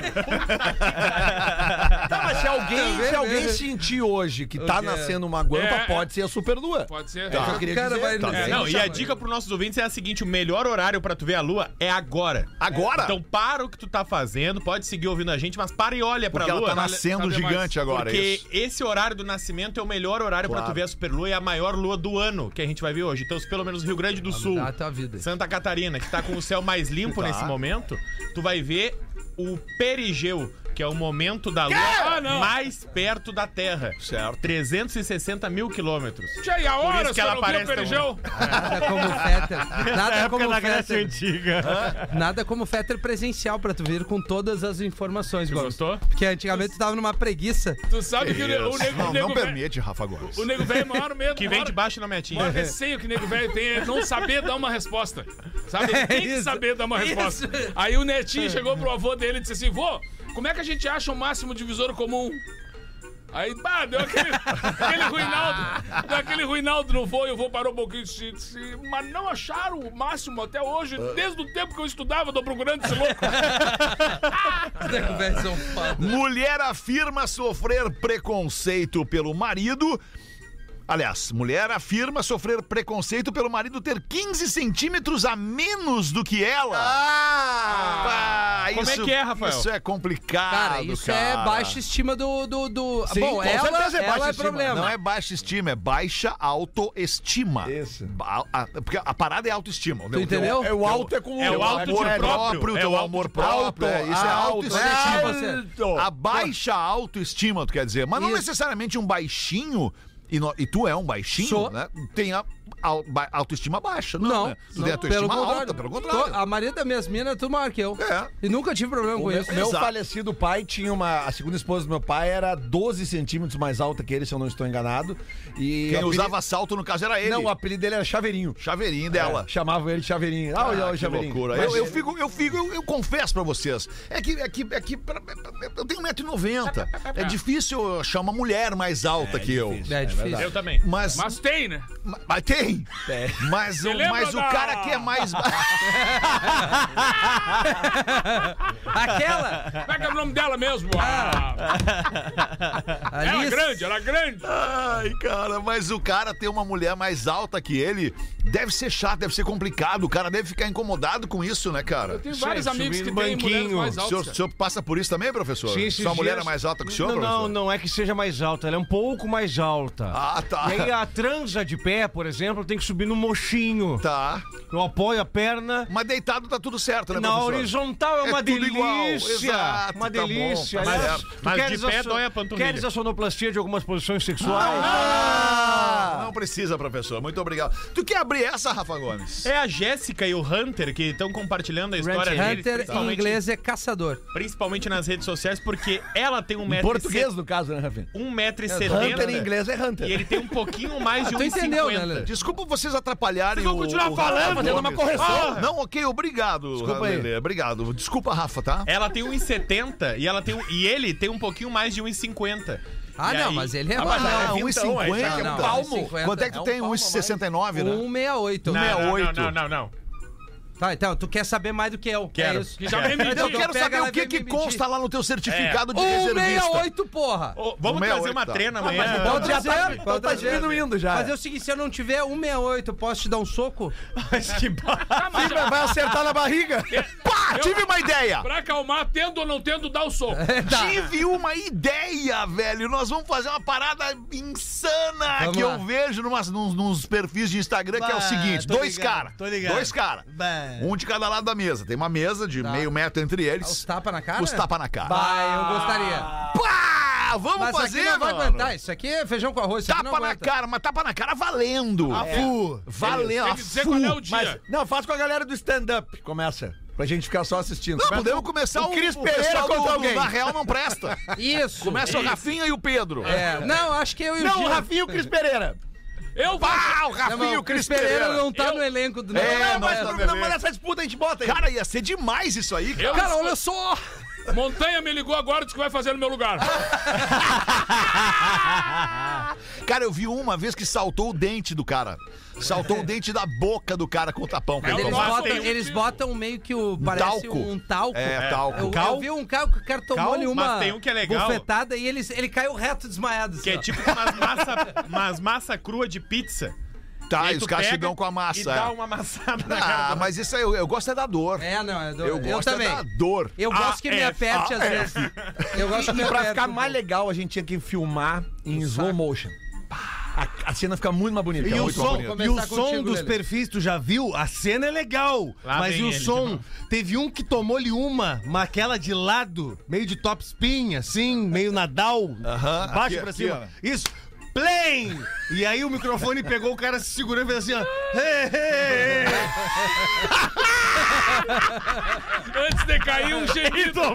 Speaker 6: Tá, mas se alguém,
Speaker 8: Também,
Speaker 6: se alguém
Speaker 8: né?
Speaker 6: sentir hoje que tá
Speaker 8: quê?
Speaker 6: nascendo uma guampa,
Speaker 5: É.
Speaker 6: pode ser a superlua.
Speaker 5: Pode ser.
Speaker 6: É o que eu queria
Speaker 8: O cara
Speaker 6: dizer.
Speaker 8: vai-
Speaker 5: É,
Speaker 7: É, não, e a dica pros nossos ouvintes é a seguinte: o melhor horário pra tu ver a lua é agora.
Speaker 4: Agora?
Speaker 7: Então para o que tu tá fazendo, pode seguir ouvindo a gente, mas para e olha pra
Speaker 4: Porque ela
Speaker 7: lua.
Speaker 4: tá nascendo
Speaker 5: sabe mais.
Speaker 4: gigante agora,
Speaker 7: Porque
Speaker 4: isso.
Speaker 7: esse horário do nascimento é o melhor horário pra
Speaker 4: Claro.
Speaker 7: tu ver a superlua e a maior lua do ano que a gente vai ver hoje. Então, se pelo menos Rio Grande do Sul,
Speaker 8: mudar a tua vida.
Speaker 7: Santa Catarina, que tá com o céu mais limpo nesse momento, tu vai ver o perigeu, que é o momento da lua
Speaker 5: Ah, não.
Speaker 7: mais perto da Terra.
Speaker 4: Certo.
Speaker 7: 360 mil quilômetros.
Speaker 5: Tia, e a
Speaker 7: isso
Speaker 5: hora
Speaker 7: que
Speaker 5: que
Speaker 7: ela
Speaker 5: ela
Speaker 7: parece
Speaker 5: o perejão?
Speaker 7: é
Speaker 8: Nada como o Fetter. Nada tá como o Fetter.
Speaker 7: antiga.
Speaker 8: Nada como o Fetter presencial pra tu vir com todas as informações, Gomes.
Speaker 5: Gostou?
Speaker 8: Porque antigamente tu tava numa preguiça.
Speaker 5: Tu sabe que o, ne- o nego,
Speaker 4: Não,
Speaker 5: o nego
Speaker 4: não
Speaker 5: velho-
Speaker 4: permite, Rafa Gomes.
Speaker 5: o nego velho é o maior medo.
Speaker 7: Que
Speaker 5: o
Speaker 7: vem
Speaker 5: maior-
Speaker 7: de baixo na
Speaker 5: O
Speaker 7: metinha.
Speaker 5: maior É receio que o nego velho tem é não saber dar uma resposta. Sabe? Ele
Speaker 8: É
Speaker 5: tem que
Speaker 8: isso.
Speaker 5: saber dar uma
Speaker 8: Isso.
Speaker 5: resposta. Aí o netinho chegou pro avô dele e disse assim: vô, como é que a gente acha o máximo divisor comum? Aí, bah, deu aquele, aquele Ruinaldo. Deu aquele Ruinaldo no voo e o vô parou um pouquinho e disse, disse, Mas não acharam o máximo até hoje, desde o tempo que eu estudava, tô procurando esse louco.
Speaker 8: Nada como o Fetter são foda.
Speaker 4: Mulher afirma sofrer preconceito pelo marido. Aliás, mulher afirma sofrer preconceito pelo marido ter 15 centímetros a menos do que ela. Ah!
Speaker 7: Como é que é, Rafael?
Speaker 4: Isso é complicado,
Speaker 8: Cara, isso é baixa estima do. do, do...
Speaker 6: Sim,
Speaker 8: Bom,
Speaker 6: com
Speaker 8: ela,
Speaker 6: certeza é
Speaker 8: ela
Speaker 6: baixa
Speaker 8: é
Speaker 6: estima.
Speaker 8: problema.
Speaker 4: Não é baixa estima, é baixa autoestima.
Speaker 6: Isso.
Speaker 4: Ba- a- porque a parada é autoestima.
Speaker 8: Tu entendeu?
Speaker 6: É o alto é com
Speaker 7: É o
Speaker 4: Teu
Speaker 7: alto
Speaker 4: amor
Speaker 7: de próprio,
Speaker 4: próprio,
Speaker 7: é
Speaker 4: teu
Speaker 7: o alto
Speaker 4: amor
Speaker 7: de próprio,
Speaker 4: próprio. é, isso é
Speaker 6: alto,
Speaker 8: é
Speaker 4: autoestima.
Speaker 8: você.
Speaker 4: A baixa autoestima, tu quer dizer, mas não
Speaker 8: Isso.
Speaker 4: necessariamente um baixinho, e, no- e tu é um baixinho,
Speaker 8: Sou.
Speaker 4: né? Tem a, au- ba- autoestima baixa, não,
Speaker 8: Não,
Speaker 4: né? Tu tem a tua estima alta, pelo contrário.
Speaker 8: Tô- a maioria das minhas minas é tudo maior que eu.
Speaker 4: É.
Speaker 8: E nunca tive problema
Speaker 6: O
Speaker 8: com
Speaker 6: meu,
Speaker 8: isso.
Speaker 6: meu
Speaker 4: Exato.
Speaker 6: falecido pai tinha uma. A segunda esposa do meu pai era 12 centímetros mais alta que ele, se eu não estou enganado. E
Speaker 4: Quem
Speaker 6: o apelido-
Speaker 4: usava salto, no caso, era ele.
Speaker 6: Não, o apelido dele era Chaveirinho.
Speaker 4: Chaveirinho dela.
Speaker 6: É, chamavam ele de Chaveirinho. Ah, olha
Speaker 4: Ah,
Speaker 6: o
Speaker 4: que
Speaker 6: Chaveirinho.
Speaker 4: loucura.
Speaker 6: Mas é-
Speaker 4: Eu, eu
Speaker 6: ele-
Speaker 4: fico, eu fico, eu, eu confesso pra vocês. É que, é que, é que pra- eu tenho 1,90m. É difícil eu achar uma mulher mais alta que eu.
Speaker 8: É, difícil.
Speaker 7: Eu também.
Speaker 4: Mas, mas,
Speaker 5: Mas tem, né?
Speaker 4: tem. Mas, o,
Speaker 5: lembra
Speaker 4: mas o
Speaker 5: da-
Speaker 4: cara que é mais. ba-
Speaker 8: Aquela!
Speaker 5: Como é que é o nome dela mesmo? Ah, ela é
Speaker 8: Alice.
Speaker 5: grande, ela é grande.
Speaker 4: Ai, cara, mas o cara ter uma mulher mais alta que ele deve ser chato, deve ser complicado. O cara deve ficar incomodado com isso, né, cara?
Speaker 5: Tem vários amigos que
Speaker 9: subir
Speaker 5: têm
Speaker 9: no
Speaker 5: mulheres
Speaker 9: banquinho.
Speaker 5: mais
Speaker 4: O
Speaker 5: altas.
Speaker 4: senhor, o senhor passa por isso também, professor?
Speaker 9: Sim, esses
Speaker 4: Sua mulher
Speaker 9: dias-
Speaker 4: é mais alta que o senhor,
Speaker 9: Não,
Speaker 4: professor?
Speaker 9: não, não é que seja mais alta, ela é um pouco mais alta.
Speaker 4: Ah, tá.
Speaker 9: E aí a transa de pé, por exemplo, tem que subir no mochinho.
Speaker 4: Tá.
Speaker 9: Eu apoio a perna.
Speaker 4: Mas deitado tá tudo certo, né,
Speaker 9: Na
Speaker 4: professor?
Speaker 9: horizontal é
Speaker 4: É
Speaker 9: uma
Speaker 4: tudo
Speaker 9: delícia.
Speaker 4: igual.
Speaker 9: delícia,
Speaker 4: Exato,
Speaker 9: uma
Speaker 4: tá bom,
Speaker 9: delícia.
Speaker 4: tá
Speaker 9: Aliás,
Speaker 4: certo.
Speaker 9: tu
Speaker 7: Mas de
Speaker 9: queres
Speaker 7: pé
Speaker 9: so-
Speaker 7: dói a panturrilha.
Speaker 9: Queres a sonoplastia de algumas posições sexuais?
Speaker 7: Ah!
Speaker 4: Não precisa, professor. Muito obrigado. Tu quer abrir essa, Rafa Gomes?
Speaker 7: É a Jéssica e o Hunter que estão compartilhando a história deles,
Speaker 8: Hunter em
Speaker 7: principalmente-
Speaker 8: inglês é caçador.
Speaker 7: principalmente nas redes sociais, porque ela tem um
Speaker 9: É
Speaker 6: Em
Speaker 7: metro
Speaker 6: português, no caso, né, Rafinha?
Speaker 7: um metro e
Speaker 6: Hunter em
Speaker 7: setenta
Speaker 6: inglês é
Speaker 7: e
Speaker 6: Hunter.
Speaker 7: ele tem um pouquinho mais de
Speaker 8: tu entendeu, né,
Speaker 7: 1,50.
Speaker 8: Lelê?
Speaker 4: Desculpa vocês atrapalharem
Speaker 7: Vocês vão
Speaker 4: o-
Speaker 7: continuar
Speaker 4: o Rafa
Speaker 7: falando, Tá
Speaker 4: Gomes.
Speaker 7: fazendo uma correção.
Speaker 4: Ah, não, ok, obrigado.
Speaker 6: Desculpa aí.
Speaker 4: Lelê, Obrigado. Desculpa, Rafa, tá?
Speaker 7: Ela tem 1,70 e ela tem um- e ele tem um pouquinho mais de 1,50.
Speaker 8: Ah,
Speaker 7: E
Speaker 8: não,
Speaker 7: aí-
Speaker 8: mas ele é
Speaker 7: Ah,
Speaker 8: mais.
Speaker 7: mas ela é Um
Speaker 4: Ah,
Speaker 7: vintão, aí já
Speaker 8: é um
Speaker 4: então.
Speaker 8: palmo.
Speaker 4: Quanto é que tu
Speaker 8: É um
Speaker 4: tem? 1,69, né?
Speaker 8: 168.
Speaker 7: Não, não, não,
Speaker 4: 68.
Speaker 7: não, não, não.
Speaker 8: Tá, então, tu quer saber mais do que eu.
Speaker 7: Quero.
Speaker 8: É isso.
Speaker 7: Que já me
Speaker 4: Mas eu
Speaker 7: Então,
Speaker 4: quero
Speaker 8: pega
Speaker 4: saber
Speaker 8: ela
Speaker 4: o que
Speaker 8: e
Speaker 4: que
Speaker 8: vem me
Speaker 4: consta lá no teu certificado de Um reservista.
Speaker 8: 168, porra.
Speaker 7: Ô, vamos
Speaker 4: Um
Speaker 7: trazer
Speaker 4: 68,
Speaker 7: uma
Speaker 4: tá.
Speaker 7: trena
Speaker 8: Mas
Speaker 7: amanhã.
Speaker 8: pode
Speaker 6: já
Speaker 8: trazer,
Speaker 6: tá-
Speaker 8: pode
Speaker 6: tá
Speaker 8: trazer.
Speaker 6: diminuindo já.
Speaker 8: Fazer o seguinte, se eu não tiver 168, eu posso te dar um soco?
Speaker 7: Mas que barra.
Speaker 9: É.
Speaker 5: mas
Speaker 4: é
Speaker 5: já-
Speaker 6: Vai acertar na barriga.
Speaker 4: Pá, tive uma ideia.
Speaker 5: pra acalmar, tendo ou não tendo, dá o soco.
Speaker 8: É. Tá.
Speaker 4: Tive uma ideia, velho. Nós vamos fazer uma parada insana
Speaker 8: Vamos
Speaker 4: que
Speaker 8: lá.
Speaker 4: eu vejo numas, nos, nos perfis de Instagram, que é o seguinte: dois caras. Dois caras. Um de cada lado da mesa. Tem uma mesa de meio metro entre eles.
Speaker 8: Tá. Os tapa na cara?
Speaker 4: Os tapa na cara.
Speaker 8: Vai, eu gostaria.
Speaker 4: Pá! Vamos
Speaker 8: Mas
Speaker 4: fazer,
Speaker 8: aqui não vai
Speaker 4: mano.
Speaker 8: aguentar. Isso aqui é feijão com arroz. Isso aqui não
Speaker 4: Tapa na
Speaker 8: aguenta.
Speaker 4: cara, mas tapa na cara valendo. Afu. Valendo.
Speaker 5: Tem que dizer
Speaker 4: afu.
Speaker 5: qual é o dia.
Speaker 6: Não, faz com a galera do stand-up. Começa. Pra gente ficar só assistindo.
Speaker 4: Não,
Speaker 6: Começa-
Speaker 4: podemos começar o,
Speaker 6: o Cris
Speaker 4: o
Speaker 6: Pereira
Speaker 4: pessoal do,
Speaker 6: contra
Speaker 4: do,
Speaker 6: alguém.
Speaker 4: Na Real não presta.
Speaker 8: Isso.
Speaker 4: Começa o Rafinha e o Pedro.
Speaker 8: É, não, acho que eu e o
Speaker 6: Não,
Speaker 8: Gil.
Speaker 6: o Rafinha e o Cris Pereira.
Speaker 5: Eu vou.
Speaker 4: Pá, o
Speaker 8: Não,
Speaker 4: Rafinha
Speaker 8: mas
Speaker 4: e o Cris Pereira.
Speaker 8: não tá
Speaker 5: Eu-
Speaker 8: no elenco do...
Speaker 4: É,
Speaker 8: não,
Speaker 4: não,
Speaker 8: mas-
Speaker 4: tá
Speaker 6: Não,
Speaker 4: beleza.
Speaker 6: mas essa disputa a gente bota aí.
Speaker 4: Cara, ia ser demais isso aí, cara.
Speaker 5: Eu-
Speaker 8: Cara, olha só.
Speaker 5: Montanha me ligou agora e disse que vai fazer no meu lugar.
Speaker 4: Cara, eu vi uma vez que saltou o dente do cara. Saltou o dente da boca do cara com o tapão. que
Speaker 5: Mas
Speaker 4: ele
Speaker 8: Eles
Speaker 4: tomou.
Speaker 5: faço
Speaker 8: botam,
Speaker 5: nenhum
Speaker 8: eles
Speaker 5: tipo.
Speaker 8: botam meio que o. Parece
Speaker 4: Talco.
Speaker 8: um talco.
Speaker 4: É, talco.
Speaker 8: Eu, eu
Speaker 7: Cal?
Speaker 8: vi um cara que o cara
Speaker 7: Cal,
Speaker 8: tomou-lhe uma
Speaker 7: mas tem um que é legal.
Speaker 8: bufetada e ele, ele caiu reto desmaiado.
Speaker 7: Que é
Speaker 8: assim, ó.
Speaker 7: tipo umas massa, umas massa crua de pizza.
Speaker 4: Tá,
Speaker 7: Aí
Speaker 4: e os
Speaker 7: tu
Speaker 4: caras
Speaker 7: pega
Speaker 4: te dão com a massa.
Speaker 7: E
Speaker 4: é.
Speaker 7: dá uma amassada na cara.
Speaker 4: Ah,
Speaker 7: do-
Speaker 4: mas isso aí, eu, eu gosto é da dor.
Speaker 8: É, não, é do-
Speaker 4: Eu gosto é
Speaker 8: também.
Speaker 4: da dor.
Speaker 8: Eu gosto que me
Speaker 7: AF.
Speaker 8: aperte às vezes. Eu gosto que me
Speaker 6: E pra
Speaker 9: é,
Speaker 8: aperte.
Speaker 6: ficar mais legal, a gente tinha que filmar em slow motion. A, a cena fica muito mais bonita.
Speaker 9: E o
Speaker 4: muito
Speaker 9: som,
Speaker 4: bonito.
Speaker 9: e o
Speaker 8: Começar
Speaker 9: som
Speaker 8: contigo,
Speaker 9: dos
Speaker 8: Lelê.
Speaker 9: perfis, tu já viu? A cena é legal,
Speaker 7: Lá
Speaker 9: mas
Speaker 7: vem
Speaker 9: e o
Speaker 7: ele de
Speaker 9: som?
Speaker 7: novo.
Speaker 9: Teve um que tomou-lhe uma, mas aquela de lado, meio de top spin, assim, meio Nadal, baixo
Speaker 4: aqui,
Speaker 9: pra
Speaker 4: aqui,
Speaker 9: cima.
Speaker 4: ó.
Speaker 9: Isso, play! E aí o microfone pegou o cara se segurando e fez assim, ó. "Hey, hey, hey."
Speaker 5: Antes de cair um gemido.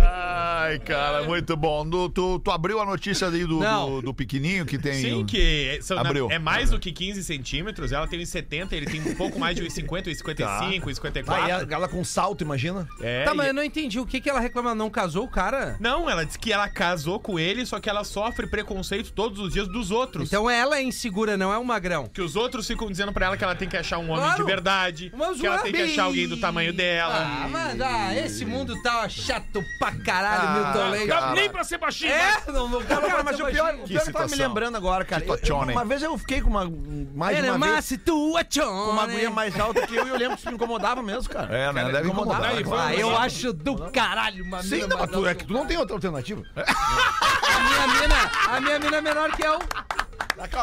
Speaker 4: Ai, cara, muito bom. No- tu, tu abriu a notícia aí do,
Speaker 8: Não.
Speaker 4: do, do pequenininho que tem...
Speaker 7: Sim, que é- são-
Speaker 4: Abriu.
Speaker 7: na- é mais do que 15 centímetros. Ela tem uns 70, ele tem um pouco mais de uns 50, uns 55, uns 54.
Speaker 6: Aí ela com salto, imagina.
Speaker 7: É,
Speaker 8: Tá, mas
Speaker 7: e-
Speaker 8: eu não entendi. O que, que ela reclama? Não casou o cara?
Speaker 7: Não, ela disse que ela casou com ele, só que ela sofre preconceito todos os dias dos outros.
Speaker 8: Então ela é insegura, não é o magrão.
Speaker 7: Que os outros ficam dizendo pra ela que ela tem que achar um homem
Speaker 8: Claro.
Speaker 7: de verdade,
Speaker 8: Mas
Speaker 7: que ela
Speaker 8: ué.
Speaker 7: tem que achar alguém do tamanho dela.
Speaker 8: Ah, mas ah, esse mundo tá chato pra caralho, Milton
Speaker 5: Não
Speaker 8: Leite.
Speaker 5: dá nem pra ser baixinho. mas-
Speaker 8: É, não, não, cara,
Speaker 6: Cara, mas
Speaker 8: mas
Speaker 6: o pior, o
Speaker 4: Que
Speaker 6: pior que tá me
Speaker 4: situação.
Speaker 6: lembrando agora, cara. Eu- eu-
Speaker 4: Situazione.
Speaker 6: uma vez eu fiquei com uma. um- Mais de
Speaker 8: Ele é
Speaker 6: uma vez.
Speaker 8: massa, tu é
Speaker 6: Com uma guria
Speaker 8: Johnny.
Speaker 6: mais alta que eu e eu lembro que isso me incomodava mesmo, cara.
Speaker 4: É, né?
Speaker 6: Cara,
Speaker 4: Deve incomodar.
Speaker 6: incomodava.
Speaker 4: Aí,
Speaker 6: claro.
Speaker 8: Ah, eu acho do caralho uma
Speaker 6: Sim,
Speaker 8: mina
Speaker 6: não, mas
Speaker 8: mais
Speaker 6: tu,
Speaker 8: alta
Speaker 6: é que tu não tem outra alternativa.
Speaker 8: A minha mina, a minha mina é menor que eu.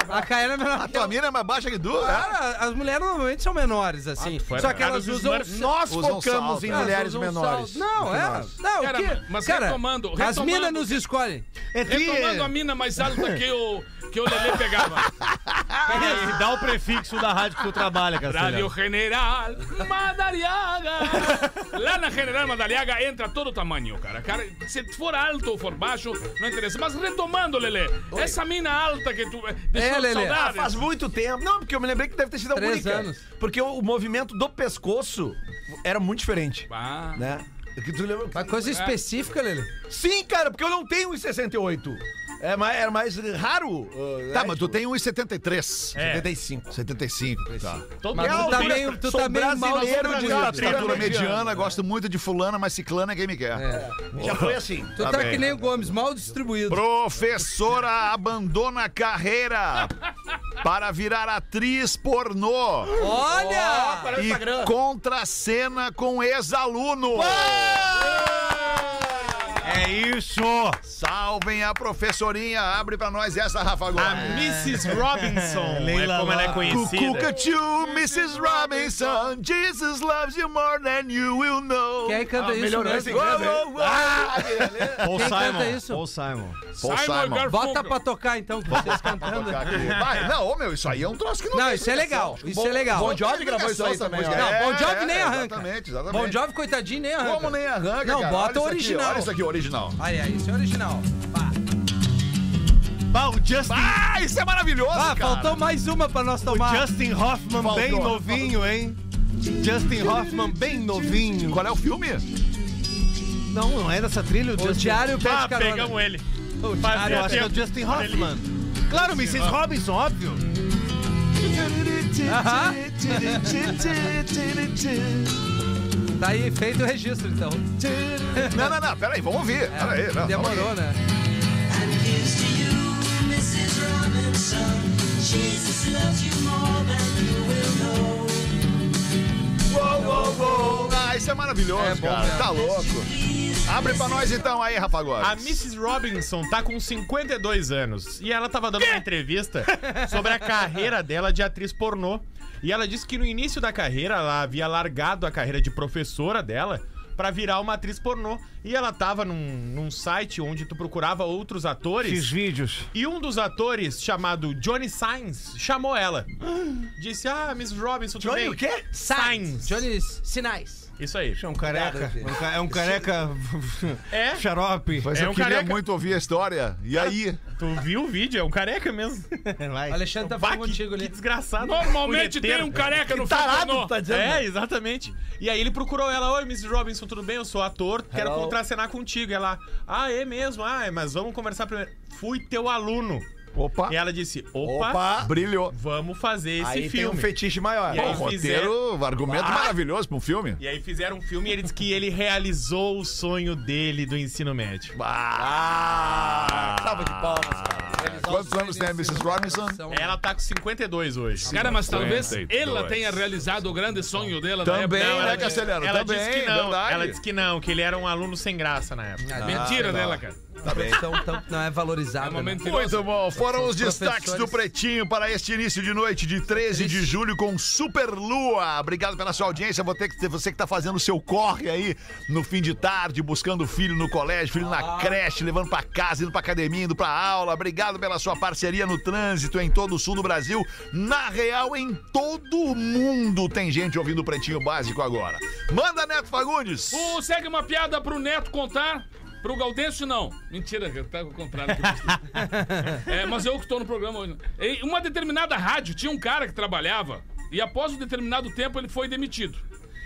Speaker 8: A Caena é menor
Speaker 4: A
Speaker 8: que eu.
Speaker 4: tua mina é mais baixa que tu? é?
Speaker 8: Cara, as mulheres normalmente são menores, assim.
Speaker 7: foi
Speaker 8: Só que
Speaker 7: cara,
Speaker 8: elas
Speaker 7: os
Speaker 8: usam.
Speaker 7: Smurfs.
Speaker 6: Nós
Speaker 4: Usam
Speaker 6: focamos
Speaker 4: salto. né?
Speaker 6: em
Speaker 8: elas
Speaker 6: mulheres
Speaker 9: um
Speaker 8: usam
Speaker 6: menores.
Speaker 8: salto. Não, é. Não,
Speaker 5: Cara,
Speaker 8: o quê?
Speaker 5: mas
Speaker 8: cara,
Speaker 5: retomando-
Speaker 8: As
Speaker 5: retomando-
Speaker 8: minas nos escolhem.
Speaker 9: É tri-
Speaker 5: Retomando a mina mais alta que o, que o Lelê pegava.
Speaker 9: É, E dá o prefixo da rádio que tu trabalha,
Speaker 5: Rádio
Speaker 9: Castelhano.
Speaker 5: General Madariaga. Lá na General Madariaga entra todo tamanho, cara. cara. Se for alto ou for baixo, não interessa. Mas retomando, Lelê, essa mina alta que tu eh, deixou
Speaker 8: É,
Speaker 5: de
Speaker 8: Lelê.
Speaker 5: saudade.
Speaker 6: Ah, Faz muito tempo. Não, porque eu me lembrei que deve ter sido a
Speaker 8: Três
Speaker 6: única.
Speaker 8: anos.
Speaker 6: Porque o, o movimento do pescoço era muito diferente.
Speaker 5: Ah,
Speaker 6: Né? Que tu lembra-
Speaker 8: Uma coisa específica, Lele.
Speaker 6: Sim, cara, porque eu não tenho 1,68. É mais, era mais raro. uh,
Speaker 4: Tá,
Speaker 6: né,
Speaker 4: mas tu
Speaker 6: tipo,
Speaker 4: tem 1,73.
Speaker 7: É.
Speaker 5: É.
Speaker 6: 75.
Speaker 4: 75, tá.
Speaker 7: Todo
Speaker 8: Mas tu
Speaker 7: mundo
Speaker 8: tá
Speaker 7: tem
Speaker 8: meio,
Speaker 7: essa-
Speaker 8: tu
Speaker 6: sou
Speaker 8: tá meio mal
Speaker 6: brasileiro de
Speaker 8: construído.
Speaker 6: estatura.
Speaker 4: Estatura
Speaker 7: é
Speaker 6: Estatura mediana,
Speaker 7: né?
Speaker 4: mediana, gosto muito de fulana, mas ciclana é quem me quer.
Speaker 6: Já foi assim.
Speaker 8: Tu tá,
Speaker 4: Tá bem.
Speaker 8: que nem o Gomes, mal distribuído.
Speaker 4: Professora abandona a carreira para virar atriz pornô
Speaker 8: Olha!
Speaker 4: e contracena com ex-aluno.
Speaker 9: É isso!
Speaker 4: Salvem a professorinha, abre pra nós essa, Rafa,
Speaker 6: Ah,
Speaker 7: A
Speaker 4: agora.
Speaker 7: Mrs. Robinson,
Speaker 9: Leila
Speaker 7: é como ela é
Speaker 9: Lopes.
Speaker 7: conhecida.
Speaker 4: Cucucachu, Mrs. Robinson, Jesus loves you more than you will know.
Speaker 8: Quem canta isso mesmo?
Speaker 9: Paul
Speaker 8: Quem canta
Speaker 9: Simon.
Speaker 8: isso?
Speaker 9: Paul Simon.
Speaker 4: Paul Simon.
Speaker 8: Bota pra tocar então, com vocês cantando.
Speaker 4: Tocar aqui. Vai, não, ô, meu, isso aí é um troço que não
Speaker 8: Não,
Speaker 4: tem
Speaker 8: isso é
Speaker 4: explicação.
Speaker 8: legal,
Speaker 4: Acho que
Speaker 8: isso é legal.
Speaker 4: Bon
Speaker 8: Bon
Speaker 4: Jovi gravou isso aí também.
Speaker 8: ó. Não, Bon Jovi nem arranca.
Speaker 4: Exatamente, exatamente.
Speaker 8: Bom Jovem, coitadinho, nem arranca.
Speaker 4: Como nem arranca,
Speaker 8: Não,
Speaker 4: cara?
Speaker 8: bota
Speaker 4: Olha isso
Speaker 8: o
Speaker 4: aqui,
Speaker 8: original.
Speaker 4: olha isso aqui, o original.
Speaker 8: Olha aí, isso é original. Pá.
Speaker 9: Bah, o Justin,
Speaker 4: Ah, isso é maravilhoso,
Speaker 8: Ah,
Speaker 4: cara.
Speaker 8: faltou mais uma pra nós
Speaker 9: o
Speaker 8: tomar.
Speaker 9: Justin Hoffman
Speaker 4: Faltou.
Speaker 9: bem novinho, hein? Justin Hoffman bem novinho.
Speaker 4: Qual é o filme?
Speaker 9: Não, não é dessa trilha o
Speaker 8: O
Speaker 9: Justin
Speaker 8: Diário
Speaker 7: Ah,
Speaker 8: Pede Carona.
Speaker 7: pegamos ele.
Speaker 9: Ah, eu acho que é o Justin Hoffman. Claro, Mrs. Robinson, óbvio.
Speaker 8: Aham. Tá aí, feito o registro então.
Speaker 4: Não, não, não, peraí, vamos ouvir. Peraí, não, calma
Speaker 8: Demorou,
Speaker 4: aí.
Speaker 8: né?
Speaker 4: Uou, uou, uou. Ah, isso é maravilhoso,
Speaker 8: É bom
Speaker 4: cara.
Speaker 8: mesmo.
Speaker 4: Tá louco. Abre pra nós então aí, Rafa, agora.
Speaker 7: A Mrs. Robinson tá com 52 anos e ela tava dando uma entrevista sobre a carreira dela de atriz pornô. E ela disse que no início da carreira ela havia largado a carreira de professora dela pra virar uma atriz pornô. E ela tava num, num site onde tu procurava outros atores.
Speaker 9: vídeos.
Speaker 7: E um dos atores, chamado Johnny Sainz, chamou ela. Disse, ah, Miss Robinson, tudo
Speaker 9: Johnny
Speaker 7: bem?
Speaker 9: o quê?
Speaker 7: Sainz.
Speaker 8: Johnny, sinais.
Speaker 7: Isso aí.
Speaker 9: É um careca.
Speaker 8: Obrigado,
Speaker 9: um ca- É um careca
Speaker 7: É?
Speaker 9: xarope.
Speaker 4: Mas
Speaker 7: É
Speaker 4: eu
Speaker 7: um
Speaker 4: queria
Speaker 7: careca.
Speaker 4: muito ouvir a história. E aí?
Speaker 7: Tu viu o vídeo? É um careca mesmo.
Speaker 8: Alexandre tá
Speaker 7: Bah,
Speaker 8: falando
Speaker 7: Então que,
Speaker 8: contigo
Speaker 7: que
Speaker 8: ali.
Speaker 7: desgraçado.
Speaker 5: Normalmente
Speaker 7: Punheteiro.
Speaker 5: tem um careca no
Speaker 9: tarado,
Speaker 5: filme pornô.
Speaker 9: tá dizendo?
Speaker 7: É, exatamente. E aí ele procurou ela, oi, Miss Robinson, tudo bem? Eu sou ator, quero contracenar contigo. Ela, ah, é mesmo? Ah, é, mas vamos conversar primeiro. Fui teu aluno.
Speaker 4: Opa.
Speaker 7: E ela disse, opa,
Speaker 4: Opa, brilhou.
Speaker 7: vamos fazer esse
Speaker 6: Aí tem um
Speaker 7: filme.
Speaker 6: fetiche maior.
Speaker 7: E aí
Speaker 4: Bom, roteiro, argumento maravilhoso pra um filme.
Speaker 7: e aí fizeram um filme e ele disse que ele realizou o sonho dele do ensino médio.
Speaker 4: Ah!
Speaker 6: Salva de palmas, cara.
Speaker 4: Quantos anos tem a Mrs. Robinson?
Speaker 7: Ela tá com 52 hoje.
Speaker 5: Cara, mas talvez
Speaker 4: 52.
Speaker 5: ela tenha realizado o grande sonho dela. da
Speaker 4: Também,
Speaker 5: época.
Speaker 4: né,
Speaker 5: Ela-
Speaker 4: Castelhano?
Speaker 7: ela
Speaker 4: Também,
Speaker 7: disse
Speaker 6: É,
Speaker 7: que não,
Speaker 4: verdade.
Speaker 7: ela disse que não, que ele era um aluno sem graça na época.
Speaker 5: Mentira dela, cara.
Speaker 8: Tá bem. Então, então, não é valorizado.
Speaker 5: É uma mentirosa.
Speaker 4: Muito bom. Foram os destaques do
Speaker 8: professores.
Speaker 4: Pretinho para este início de noite de 13 de julho com Super Lua. Obrigado pela sua audiência. Vou ter que você que tá fazendo o seu corre aí no fim de tarde, buscando o filho no colégio, filho
Speaker 8: Ah.
Speaker 4: na creche, levando para casa, indo para academia, indo para aula. Obrigado pela sua parceria no trânsito em todo o sul do Brasil. Na real, em todo o mundo tem gente ouvindo o Pretinho Básico agora. Manda Neto Fagundes.
Speaker 5: O segue uma piada pro Neto contar. Pro Gaudêncio, não. Mentira, que tá com o contrário. que eu é, mas eu que tô no programa hoje. Em uma determinada rádio tinha um cara que trabalhava e após um determinado tempo ele foi demitido.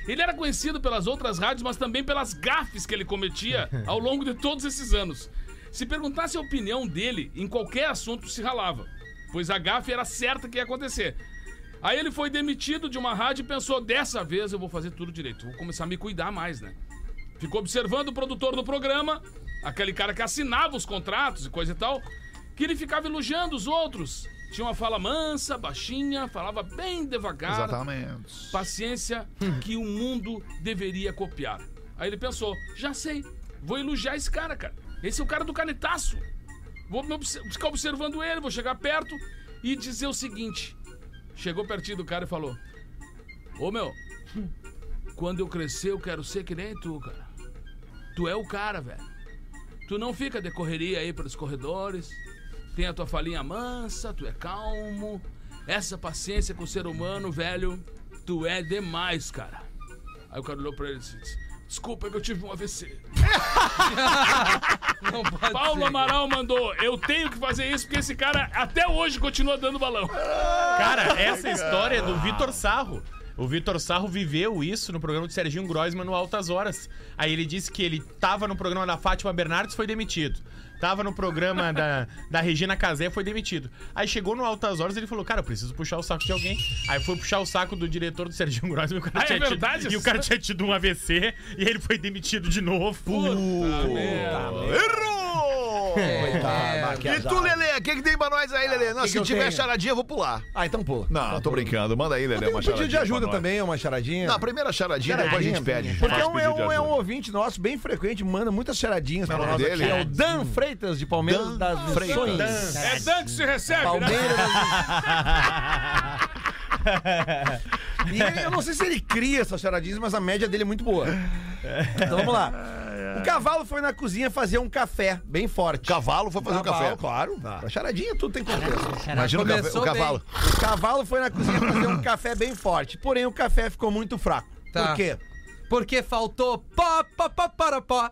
Speaker 5: Ele era conhecido pelas outras rádios, mas também pelas gafes que ele cometia ao longo de todos esses anos. Se perguntasse a opinião dele em qualquer assunto, se ralava, pois a gafe era certa que ia acontecer. Aí ele foi demitido de uma rádio e pensou: dessa vez eu vou fazer tudo direito, vou começar a me cuidar mais, né? Ficou observando o produtor do programa, aquele cara que assinava os contratos e coisa e tal, que ele ficava elogiando os outros. Tinha uma fala mansa, baixinha, falava bem devagar.
Speaker 4: Exatamente.
Speaker 5: Paciência que o mundo deveria copiar. Aí ele pensou: já sei, vou elogiar esse cara, cara. Esse é o cara do canetaço. Vou me obs- ficar observando ele, vou chegar perto e dizer o seguinte. Chegou pertinho do cara e falou: Ô meu, quando eu crescer eu quero ser que nem tu, cara. Tu é o cara, velho. Tu não fica de correria aí pelos corredores. Tem a tua falinha mansa, tu é calmo. Essa paciência com o ser humano, velho, tu é demais, cara. Aí o cara olhou pra ele e disse: Desculpa que eu tive um AVC.
Speaker 8: Não pode
Speaker 5: Paulo
Speaker 8: ser.
Speaker 5: Amaral mandou: Eu tenho que fazer isso porque esse cara até hoje continua dando balão.
Speaker 7: Cara, essa história é do Vitor Sarro. O Vitor Sarro viveu isso no programa de Serginho Groisman no Altas Horas. Aí ele disse que ele tava no programa da Fátima Bernardes, foi demitido. Tava no programa da, da Regina Casé, foi demitido. Aí chegou no Altas Horas e ele falou, cara, eu preciso puxar o saco de alguém. Aí foi puxar o saco do diretor do Serginho Groisman. e o cara
Speaker 5: Ah, é
Speaker 7: tinha tido-
Speaker 5: verdade?
Speaker 7: e o cara tinha tido um AVC e ele foi demitido de novo.
Speaker 5: Puta merda.
Speaker 4: Errou!
Speaker 6: Coitado,
Speaker 4: E tu, Lelê, o que, que tem pra nós aí, Lelê? Não,
Speaker 6: que
Speaker 4: se
Speaker 6: que eu
Speaker 4: tiver
Speaker 6: tenho?
Speaker 4: charadinha, eu vou pular. Tá
Speaker 6: Ah, então pula.
Speaker 4: Não, tô brincando. Manda aí, Lelê,
Speaker 6: Tem um
Speaker 4: uma charadinha.
Speaker 6: pedido de ajuda
Speaker 4: pra nós.
Speaker 6: também, uma charadinha.
Speaker 4: Na primeira né? charadinha, né? depois a gente pede.
Speaker 6: Porque
Speaker 4: Faz
Speaker 6: é um, é,
Speaker 4: pedido de
Speaker 6: um, é um
Speaker 4: ajuda.
Speaker 6: ouvinte nosso, bem frequente, manda muitas charadinhas pra
Speaker 4: Não,
Speaker 6: nós
Speaker 4: dele?
Speaker 6: aqui. É o Dan Freitas, de Palmeiras
Speaker 4: Dan
Speaker 6: das
Speaker 4: Freitas.
Speaker 6: Missões.
Speaker 4: Dan.
Speaker 5: É Dan que se recebe, né?
Speaker 6: Palmeiras das Missões. E ele- eu não sei se ele cria essas charadinhas, mas a média dele é muito boa. Então vamos lá. O cavalo foi na cozinha fazer um café bem forte.
Speaker 4: Cavalo foi fazer o
Speaker 6: Cavalo,
Speaker 4: café.
Speaker 6: Claro, a charadinha tudo tem contexto.
Speaker 4: Imagina o café-
Speaker 8: Começou
Speaker 4: o cavalo.
Speaker 6: O cavalo foi na cozinha fazer um café bem forte, porém o café ficou muito fraco.
Speaker 8: Tá.
Speaker 6: Por quê?
Speaker 8: Porque faltou pó, pó, pó, para, pó.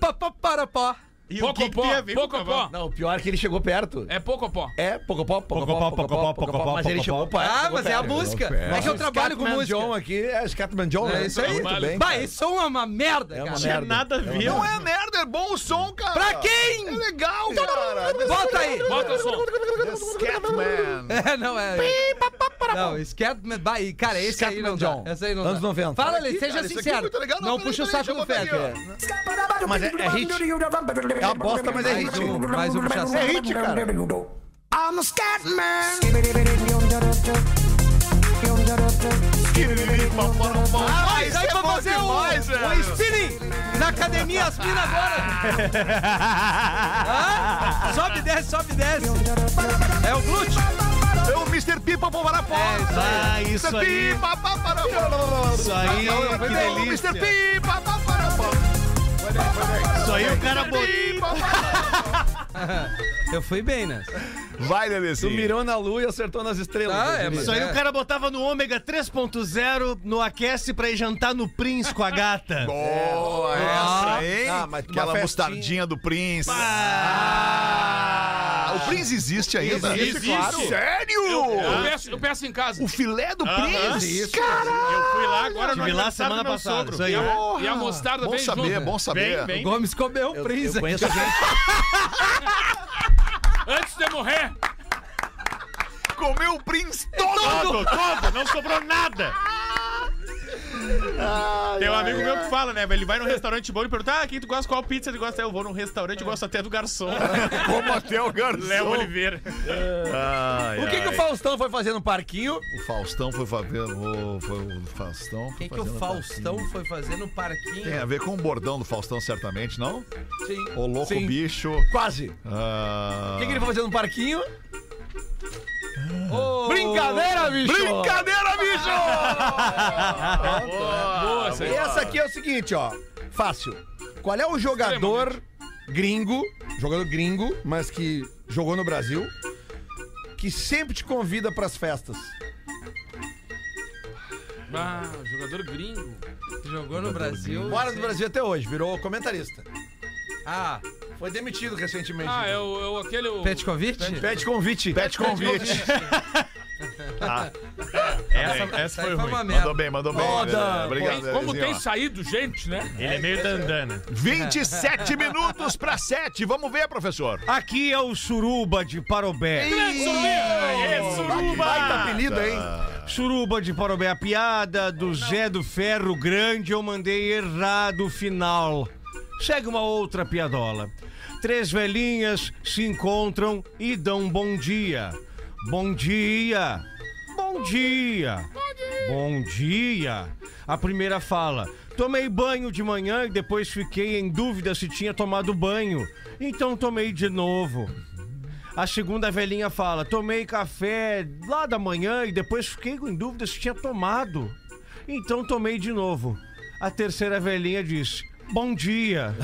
Speaker 8: Pó, pó, para, pó.
Speaker 7: E o que, que tem a
Speaker 5: Pocopó,
Speaker 7: ver com o
Speaker 5: Pocopó.
Speaker 7: cavalo?
Speaker 6: Não, o pior é que ele chegou perto.
Speaker 5: É Pocopó.
Speaker 6: É, Pocopó, Pocopó,
Speaker 7: Pocopó,
Speaker 6: Pocopó,
Speaker 7: Pocopó,
Speaker 6: Pocopó, mas ele
Speaker 7: Pocopó.
Speaker 6: chegou perto.
Speaker 8: Ah,
Speaker 6: chegou
Speaker 8: mas é a
Speaker 6: perto.
Speaker 8: música. É que eu trabalho com
Speaker 6: Scatman
Speaker 8: música.
Speaker 6: John aqui, é Scatman John, né?
Speaker 8: É isso aí.
Speaker 6: Muito bem.
Speaker 8: Bah, esse som é uma merda,
Speaker 6: É uma
Speaker 8: cara.
Speaker 7: Não tinha
Speaker 6: merda.
Speaker 7: nada a ver. Hum.
Speaker 4: Não é merda, é bom o som, cara.
Speaker 8: Pra quem?
Speaker 4: É legal, é cara.
Speaker 8: Bota aí.
Speaker 5: Bota
Speaker 6: assim.
Speaker 5: o som.
Speaker 4: Scatman.
Speaker 8: É, não, é. Não, Scatman. Bah, e, cara, esse aí não dá.
Speaker 6: Scatman John.
Speaker 8: Essa aí não
Speaker 6: Anos
Speaker 8: dá.
Speaker 6: 90.
Speaker 8: Fala,
Speaker 4: Ih,
Speaker 8: Lê, seja
Speaker 4: cara, isso aqui é
Speaker 8: sincero.
Speaker 4: muito legal.
Speaker 8: Não
Speaker 4: peraí,
Speaker 8: puxa o
Speaker 4: peraí,
Speaker 8: saco do
Speaker 4: deixa eu
Speaker 8: Fed. é.
Speaker 4: botar aqui, ó.
Speaker 6: Mas é, é hit. É uma bosta, mas é hit.
Speaker 8: Mais um puxa
Speaker 6: É hit, cara.
Speaker 4: Ah,
Speaker 6: é
Speaker 8: Mas aí pra fazer o,
Speaker 4: demais, velho.
Speaker 8: o spinning na academia aspira agora. Hã? Sobe e desce, sobe e desce. É o glúteo.
Speaker 4: É o Mr. Pipa para fora.
Speaker 9: Ah, isso
Speaker 4: Mr.
Speaker 9: aí.
Speaker 4: Pipa para fora.
Speaker 9: Isso aí, que
Speaker 4: É o
Speaker 9: delícia.
Speaker 4: Mr. Pipa para fora.
Speaker 9: Isso aí o cara botou.
Speaker 8: Eu fui bem, né?
Speaker 4: Vai,
Speaker 6: Tu
Speaker 4: Lelezinho.
Speaker 6: mirou na lua e acertou nas estrelas.
Speaker 8: Ah, é,
Speaker 6: Gil.
Speaker 8: mas
Speaker 9: Isso aí o cara botava no ômega 3.0 no aquece pra ir jantar no Prince com a gata.
Speaker 4: É, Boa essa, hein?
Speaker 6: Ah, mas uma
Speaker 4: Aquela
Speaker 6: festinha.
Speaker 4: mostardinha do Prince. Ah, o Prince existe ainda?
Speaker 7: Existe, claro.
Speaker 4: Sério?
Speaker 5: Eu peço, eu peço em casa.
Speaker 4: O filé do Prince?
Speaker 7: Existe.
Speaker 4: Caralho!
Speaker 7: Eu fui lá agora no
Speaker 9: Tive lá
Speaker 7: aniversário do
Speaker 9: semana
Speaker 7: meu
Speaker 9: passada.
Speaker 7: sogro.
Speaker 9: Isso aí. né? É.
Speaker 5: E a mostarda
Speaker 4: Bom
Speaker 5: vem
Speaker 4: saber,
Speaker 5: junto.
Speaker 4: bom saber.
Speaker 7: Vem, vem.
Speaker 8: Gomes comeu o Prince.
Speaker 6: Eu conheço gente.
Speaker 5: Antes de eu morrer.
Speaker 4: Comeu o Prince todo!
Speaker 7: Todo, todo, não sobrou nada. Tem um amigo meu que fala, né? Ele vai num restaurante bom e pergunta: Ah, quem tu gosta? Qual pizza tu gosta? Eu vou num restaurante e gosto até do garçom.
Speaker 4: Como até o
Speaker 7: Léo
Speaker 4: garçom.
Speaker 7: Oliveira.
Speaker 4: Ai,
Speaker 6: O que, que o
Speaker 4: ai.
Speaker 6: Faustão foi fazer no parquinho?
Speaker 4: O Faustão foi fazer. o- Foi o Faustão.
Speaker 8: O que, que
Speaker 4: fazendo um
Speaker 8: o Faustão
Speaker 4: parquinho.
Speaker 8: foi fazer no
Speaker 4: Tem
Speaker 8: parquinho?
Speaker 4: a ver com o bordão do Faustão, certamente, não?
Speaker 8: Sim.
Speaker 4: O louco
Speaker 6: Sim.
Speaker 4: bicho.
Speaker 6: Quase. O
Speaker 4: Ah,
Speaker 6: que, que ele foi fazer no parquinho?
Speaker 8: Ô,
Speaker 6: Brincadeira, bicho!
Speaker 4: Brincadeira, bicho!
Speaker 5: Ah, Boa,
Speaker 6: E
Speaker 5: senhor.
Speaker 6: essa aqui é o seguinte, ó. Fácil. Qual é o jogador gringo, jogador gringo, mas que jogou no Brasil, que sempre te convida pras festas?
Speaker 5: Ah, jogador gringo.
Speaker 8: Jogou no Brasil.
Speaker 6: Mora no Brasil até hoje, virou comentarista.
Speaker 8: Ah,
Speaker 6: Foi demitido recentemente. então.
Speaker 5: Ah, é o, é o aquele. O...
Speaker 8: Petkovic?
Speaker 6: Pede convite.
Speaker 4: Pet convite.
Speaker 7: Essa, essa
Speaker 8: Essa aí
Speaker 7: foi
Speaker 8: foi uma
Speaker 7: ruim.
Speaker 8: merda.
Speaker 4: Mandou bem, mandou bem.
Speaker 6: Foda.
Speaker 4: Obrigado.
Speaker 5: Como
Speaker 4: Lelezinho,
Speaker 5: tem
Speaker 4: né? Assim, ó.
Speaker 5: saído gente, né?
Speaker 7: Ele é meio dandana.
Speaker 4: 27 minutos para 7. Vamos ver, professor.
Speaker 9: Aqui é o Suruba de Parobé.
Speaker 6: Baita apelido, hein?
Speaker 9: Suruba de Parobé, a piada do Zé do Ferro Grande, eu mandei errado o final. Segue uma outra piadola. Três velhinhas se encontram e dão bom dia. Bom dia. Bom dia. Bom dia. A primeira fala: Tomei banho de manhã e depois fiquei em dúvida se tinha tomado banho. Então tomei de novo. A segunda velhinha fala: Tomei café lá da manhã e depois fiquei em dúvida se tinha tomado. Então tomei de novo. A terceira velhinha disse: Bom dia.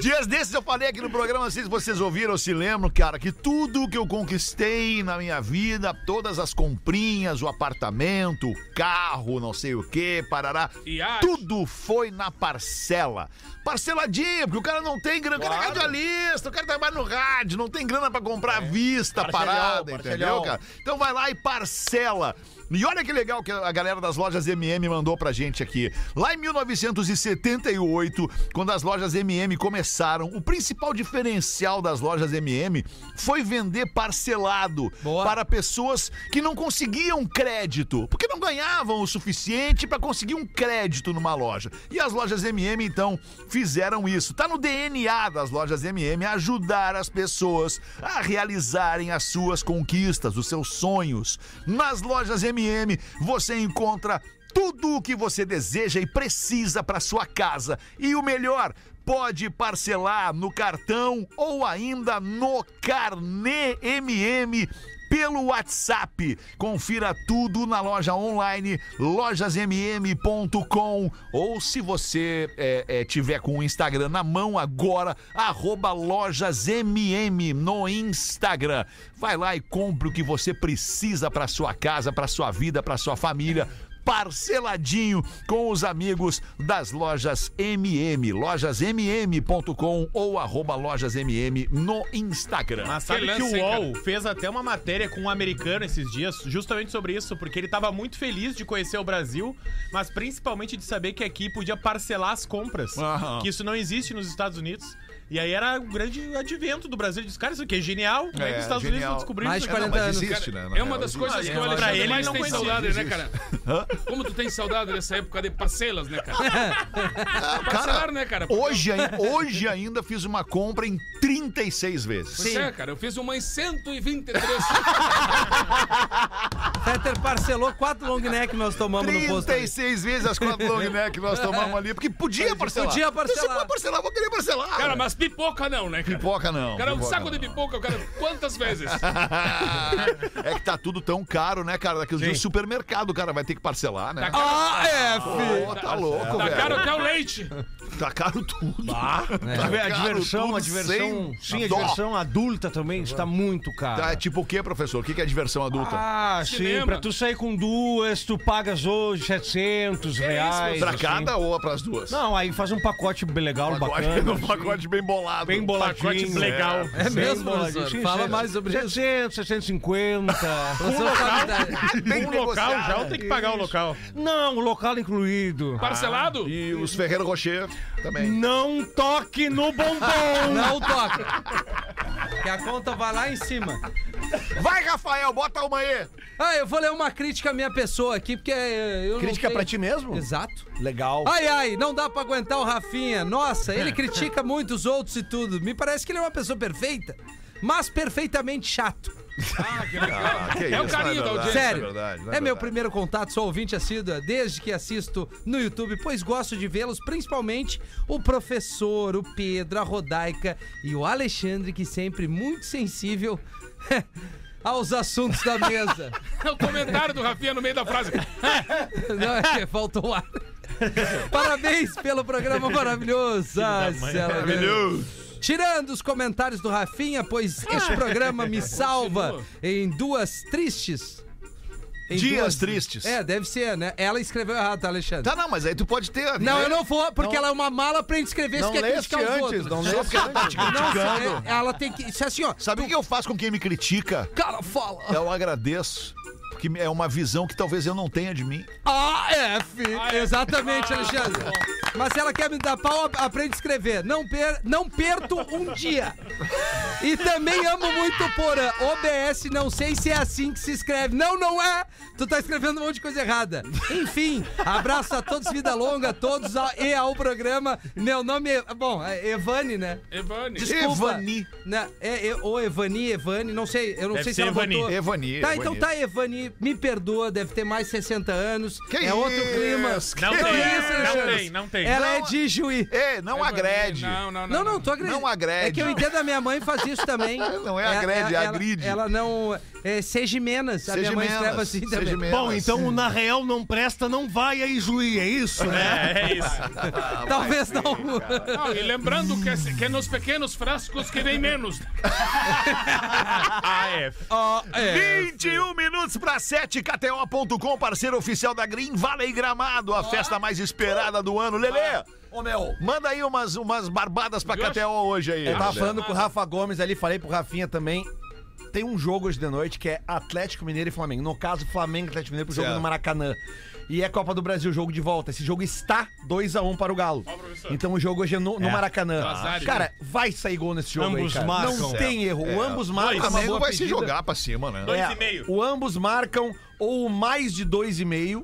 Speaker 4: Dias desses eu falei aqui no programa, não sei se vocês ouviram ou se lembram, cara, que tudo que eu conquistei na minha vida, todas as comprinhas, o apartamento, o carro, não sei o que, parará,
Speaker 5: Iate.
Speaker 4: tudo foi na parcela. Parceladinha, porque o cara não tem grana, o cara é radialista, o cara trabalha no rádio, não tem grana pra comprar à vista,
Speaker 6: Parcelhão,
Speaker 4: parada, entendeu,
Speaker 6: parcelhão.
Speaker 4: cara? Então vai lá e parcela. E olha que legal que a galera das lojas MM mandou pra gente aqui. Lá em 1978, quando as lojas lojas MM começaram, o principal diferencial das lojas MM foi vender parcelado
Speaker 8: Boa.
Speaker 4: para pessoas que não conseguiam crédito, porque não ganhavam o suficiente para conseguir um crédito numa loja. E as lojas MM então fizeram isso. Tá no DNA das lojas MM ajudar as pessoas a realizarem as suas conquistas, os seus sonhos. Nas lojas MM você encontra tudo o que você deseja e precisa para sua casa. E o melhor, pode parcelar no cartão ou ainda no Carnê MM pelo WhatsApp. Confira tudo na loja online lojasmm.com ou se você é, é, tiver com o Instagram na mão agora, arroba lojasmm no Instagram. Vai lá e compre o que você precisa para sua casa, para sua vida, para sua família parceladinho com os amigos das lojas MM, lojasmm.com ou arroba lojasmm no Instagram.
Speaker 7: Mas sabe
Speaker 5: Que
Speaker 7: que,
Speaker 5: lance,
Speaker 7: o
Speaker 5: hein, cara?
Speaker 7: UOL fez até uma matéria com um americano esses dias, justamente sobre isso, porque ele tava muito feliz de conhecer o Brasil, mas principalmente de saber que aqui podia parcelar as compras,
Speaker 4: Aham.
Speaker 7: que isso não existe nos Estados Unidos. E aí era o grande advento do Brasil. Ele disse, cara, isso aqui é genial. Como é, que
Speaker 4: É,
Speaker 7: os Estados Unidos
Speaker 4: genial.
Speaker 7: não descobriram
Speaker 8: Mais
Speaker 7: isso?
Speaker 8: de
Speaker 7: aqui?
Speaker 8: 40 anos.
Speaker 4: né?
Speaker 5: É uma das coisas que o
Speaker 7: Pra
Speaker 5: Alexandre
Speaker 7: ele,
Speaker 5: mais
Speaker 7: não
Speaker 5: tem
Speaker 7: conhecia.
Speaker 5: saudade, né, cara? Como tu tem saudade dessa época de parcelas, né, cara? Parcelar, né, cara?
Speaker 4: Hoje, ai- hoje ainda fiz uma compra em 36 vezes.
Speaker 5: Pois é, cara, eu fiz uma em 123.
Speaker 8: Fetter parcelou quatro long neck que nós tomamos no posto. ali.
Speaker 4: 36 vezes as quatro long neck que nós tomamos ali, porque podia parcelar.
Speaker 8: Podia
Speaker 4: Se
Speaker 8: parcelar.
Speaker 4: for parcelar, vou querer parcelar.
Speaker 5: Cara, mas pipoca não, né, cara?
Speaker 4: Pipoca não.
Speaker 5: Cara, um
Speaker 4: pipoca
Speaker 5: saco
Speaker 4: não.
Speaker 5: de pipoca, cara, quantas vezes?
Speaker 4: É que tá tudo tão caro, né, cara? Daqui uns dias o supermercado, o cara vai ter que parcelar, né?
Speaker 5: Tá caro,
Speaker 8: Ah, é, filho.
Speaker 4: Pô, tá louco,
Speaker 5: tá
Speaker 4: velho.
Speaker 5: caro até o leite.
Speaker 4: Tá caro tudo.
Speaker 8: Né?
Speaker 4: Tá
Speaker 9: A
Speaker 4: caro
Speaker 9: diversão,
Speaker 4: tudo,
Speaker 9: a diversão.
Speaker 4: sem
Speaker 9: Sim, a
Speaker 4: dó.
Speaker 9: diversão adulta também está muito cara.
Speaker 4: Tá, tipo o quê, professor? O que que é diversão adulta?
Speaker 9: Ah,
Speaker 5: Cinema.
Speaker 9: sim, pra tu sair com duas, tu pagas hoje 700 reais.
Speaker 4: pra
Speaker 9: assim.
Speaker 4: cada ou é pras duas?
Speaker 9: Não, aí faz um pacote bem legal,
Speaker 4: pacote,
Speaker 9: bacana.
Speaker 4: um pacote bem bolado.
Speaker 9: Bem boladinho.
Speaker 7: Pacote legal.
Speaker 9: É,
Speaker 8: É
Speaker 9: bem
Speaker 8: mesmo,
Speaker 9: boladinho.
Speaker 8: professor?
Speaker 9: Sim,
Speaker 8: Fala
Speaker 9: sim.
Speaker 8: mais sobre isso.
Speaker 9: 700, 750.
Speaker 8: Professor Fabiano.
Speaker 4: Bem
Speaker 7: O Um local
Speaker 4: negociado.
Speaker 7: já ou tem que pagar o local.
Speaker 9: Não, um local incluído.
Speaker 5: Parcelado?
Speaker 4: E os Ferreiro Rocher também.
Speaker 9: Não toque no bombom.
Speaker 8: Não toca. Que a conta vai lá em cima.
Speaker 4: Vai, Rafael, bota uma aí.
Speaker 8: Ah, eu vou ler uma crítica à minha pessoa aqui, porque eh, eu não
Speaker 6: Crítica
Speaker 8: tenho-
Speaker 6: pra ti mesmo?
Speaker 8: Exato.
Speaker 6: Legal.
Speaker 9: Ah,
Speaker 8: Ai, ai, não dá pra aguentar o Rafinha. Nossa, ele critica muito os outros e tudo. Me parece que ele é uma pessoa perfeita, mas perfeitamente chato.
Speaker 4: Ah, que
Speaker 5: É o carinho
Speaker 4: não
Speaker 5: da
Speaker 4: verdade,
Speaker 5: audiência.
Speaker 4: não
Speaker 8: Sério. É,
Speaker 4: verdade, não
Speaker 8: meu
Speaker 4: verdade.
Speaker 8: primeiro contato, sou ouvinte assídua desde que assisto no YouTube, pois gosto de vê-los, principalmente o professor, o Pedro, a Rodaica e o Alexandre, que sempre muito sensível aos assuntos da mesa.
Speaker 5: É o comentário do Rafinha no meio da frase.
Speaker 8: Não, é que faltou o ar. Parabéns pelo programa maravilhoso. Ah, Cela Grande. Tirando os comentários do Rafinha, pois este programa me salva em duas tristes. em
Speaker 4: Dias tristes.
Speaker 8: É, deve ser, né? Ela escreveu errado, tá, Alexandre?
Speaker 4: Tá, né? não, mas aí tu pode ter. a-
Speaker 8: Não, eu não vou, porque ela é uma mala pra gente escrever se
Speaker 9: é
Speaker 6: Não
Speaker 8: quer
Speaker 6: leste
Speaker 8: criticar os
Speaker 6: antes,
Speaker 8: outros.
Speaker 6: não
Speaker 8: Não,
Speaker 6: leste antes.
Speaker 8: é- ela tem que. Isso é assim, ó.
Speaker 4: Sabe o que eu faço com quem me critica?
Speaker 8: Cara, fala.
Speaker 4: Eu agradeço. Porque é uma visão que talvez eu não tenha de mim.
Speaker 8: Ah, é, filho.
Speaker 5: Ah, é.
Speaker 8: Exatamente,
Speaker 5: Ah,
Speaker 8: Alexandre.
Speaker 5: tá
Speaker 8: Mas se ela quer me dar pau, a- aprende a escrever. Não, per não perto um dia. E também amo muito uh, o Porã. OBS, não sei se é assim que se escreve. Não, não é. Tu tá escrevendo um monte de coisa errada. Enfim, abraço a todos, vida longa, a todos ao- e ao programa. Meu nome é... Bom, é Evani, né?
Speaker 5: Evane.
Speaker 8: Desculpa.
Speaker 4: Evani.
Speaker 8: Né, é, é, ou Evani, Evani, não sei. Eu não
Speaker 7: Deve
Speaker 8: sei se
Speaker 7: ser
Speaker 8: ela
Speaker 7: Evani.
Speaker 8: botou.
Speaker 6: É
Speaker 4: Evani,
Speaker 8: Tá,
Speaker 4: Evani.
Speaker 8: então tá, Evani. Me perdoa, deve ter mais 60 anos.
Speaker 4: Que
Speaker 8: é outro
Speaker 4: isso,
Speaker 8: clima.
Speaker 4: que
Speaker 7: Não
Speaker 8: Não
Speaker 7: tem,
Speaker 8: é isso,
Speaker 7: não
Speaker 8: Alexandre.
Speaker 7: tem, não tem.
Speaker 8: Ela é
Speaker 4: Não,
Speaker 8: de Juí.
Speaker 4: Ei, É, não
Speaker 5: Evane.
Speaker 4: um agrede.
Speaker 5: Não, não, não.
Speaker 8: Não, não, tô agredindo.
Speaker 4: Não agrede.
Speaker 8: É que eu entendo, a minha mãe faz isso também.
Speaker 4: Não é agrede, é
Speaker 8: ela,
Speaker 4: agride.
Speaker 8: Ela não... É, seja menos. A
Speaker 4: Seja
Speaker 8: minha mãe
Speaker 4: menos,
Speaker 8: escreve assim
Speaker 4: seja
Speaker 8: também.
Speaker 4: menos.
Speaker 9: Bom, então o na real não presta, não vai aí, juiz, é isso, né?
Speaker 7: É, é isso.
Speaker 8: Talvez não...
Speaker 5: Não, Ah, e lembrando que, é- que é nos pequenos frascos que vem menos.
Speaker 7: AF.
Speaker 8: Ó, é.
Speaker 4: 21 minutos para 7, KTO.com, parceiro oficial da Green Valley Gramado, a festa mais esperada do ano. Lelê,
Speaker 6: Ah. Ô, meu.
Speaker 4: manda aí umas, umas barbadas pra
Speaker 5: Gosto.
Speaker 4: KTO hoje aí.
Speaker 6: Eu tava
Speaker 4: Lelê.
Speaker 6: falando com o Rafa Gomes ali, falei pro Rafinha também. Tem um jogo hoje de noite que é Atlético Mineiro e Flamengo. No caso, Flamengo e Atlético Mineiro pro jogo
Speaker 4: Certo.
Speaker 6: no Maracanã. E é Copa do Brasil, jogo de volta. Esse jogo está 2x1 para o Galo. Então o jogo hoje é no, no Maracanã.
Speaker 5: Azar,
Speaker 6: Cara, vai sair gol nesse jogo
Speaker 9: Ambos
Speaker 6: aí, cara.
Speaker 9: marcam.
Speaker 6: Não tem erro. O ambos
Speaker 4: O
Speaker 6: marcam. é uma
Speaker 4: Flamengo
Speaker 6: boa
Speaker 4: Ah, vai se
Speaker 6: pedida.
Speaker 4: jogar pra cima, né?
Speaker 7: Dois e meio.
Speaker 6: É, O ambos marcam ou o mais de 2,5,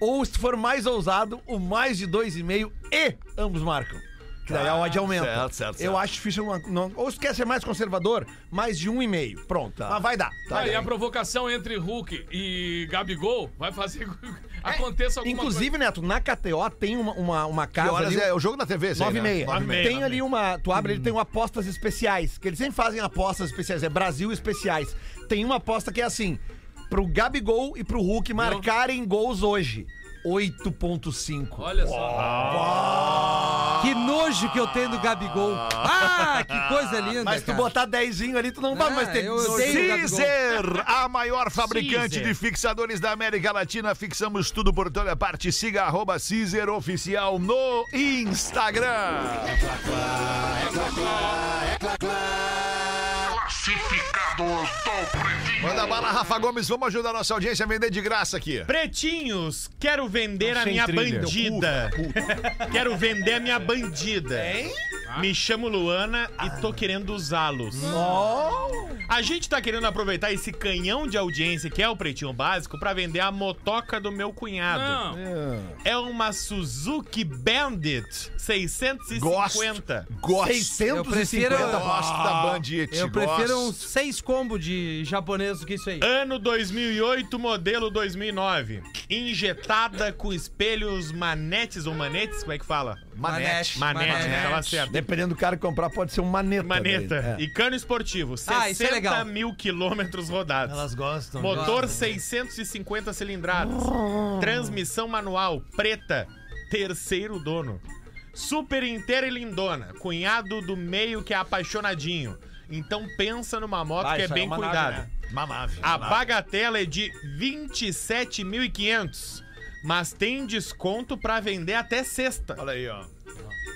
Speaker 6: ou se for mais ousado, o mais de 2,5 e ambos marcam. Que daí a odd aumenta.
Speaker 4: Ah, certo, certo,
Speaker 6: Eu
Speaker 4: certo.
Speaker 6: acho difícil. Uma, não, ou se quer ser mais conservador, mais de 1,5. Pronto.
Speaker 4: Tá.
Speaker 6: Mas vai dar.
Speaker 5: Ah, e a provocação entre Hulk e Gabigol vai fazer que
Speaker 4: É,
Speaker 5: aconteça alguma
Speaker 6: Inclusive, Neto, na KTO tem uma, uma, uma
Speaker 4: Que
Speaker 6: casa.
Speaker 4: horas
Speaker 6: ali,
Speaker 4: é? O jogo na TV, sei,
Speaker 6: Nove e
Speaker 4: né?
Speaker 6: meia.
Speaker 4: Nove e meia.
Speaker 6: Tem ali uma. Tu abre, ele tem uma apostas especiais. Que eles sempre fazem apostas especiais. É Brasil especiais. Tem uma aposta que é assim: pro Gabigol e pro Hulk marcarem gols hoje. 8,5.
Speaker 5: Olha só.
Speaker 8: Que nojo que eu tenho do Gabigol. Ah, que coisa linda.
Speaker 4: é,
Speaker 6: Mas tu
Speaker 8: cara.
Speaker 6: botar dezinho ali, tu não vai
Speaker 8: Ah,
Speaker 6: mais ter.
Speaker 8: eu
Speaker 6: nojo.
Speaker 8: odeio o Gabigol.
Speaker 4: Caesar, a maior fabricante
Speaker 7: Caesar.
Speaker 4: de fixadores da América Latina. Fixamos tudo por toda parte. Siga arroba Caesar Oficial no Instagram. Manda bala, Rafa Gomes. Vamos ajudar a nossa audiência a vender de graça aqui.
Speaker 7: Pretinhos, quero vender a
Speaker 9: Sem
Speaker 7: minha
Speaker 9: trilha.
Speaker 7: bandida. quero vender a minha bandida. Me chamo Luana e tô querendo usá-los. A gente tá querendo aproveitar esse canhão de audiência que é o Pretinho Básico pra vender a motoca do meu cunhado.
Speaker 5: Não.
Speaker 7: É uma Suzuki Bandit 650.
Speaker 4: Gosto.
Speaker 6: 650
Speaker 8: Eu prefiro-
Speaker 4: Eu gosto da Bandit.
Speaker 8: Ah, Eu prefiro
Speaker 4: tá
Speaker 8: um
Speaker 4: gosto.
Speaker 8: uns seis combos de japonês do que isso aí.
Speaker 7: Ano 2008, modelo 2009. Injetada com espelhos manetes ou manetes, como é que fala?
Speaker 4: Manete.
Speaker 7: Manete, né? Tava certo.
Speaker 6: Dependendo do cara que comprar, pode ser um maneta. é.
Speaker 7: Maneta
Speaker 6: daí.
Speaker 7: e cano esportivo,
Speaker 8: Ah,
Speaker 7: 60
Speaker 8: isso é legal.
Speaker 7: mil quilômetros rodados.
Speaker 9: gostam.
Speaker 7: Motor 650 cilindradas. Transmissão manual, preta, terceiro dono. Super inteira e lindona. Cunhado do meio que é apaixonadinho. Então pensa numa moto
Speaker 6: Ah,
Speaker 7: que é
Speaker 6: isso aí é
Speaker 7: bem
Speaker 6: uma
Speaker 7: cuidada.
Speaker 6: nave, né?
Speaker 4: Uma nave.
Speaker 7: A bagatela é de 27.500, mas tem desconto pra vender até sexta.
Speaker 4: Olha aí, ó.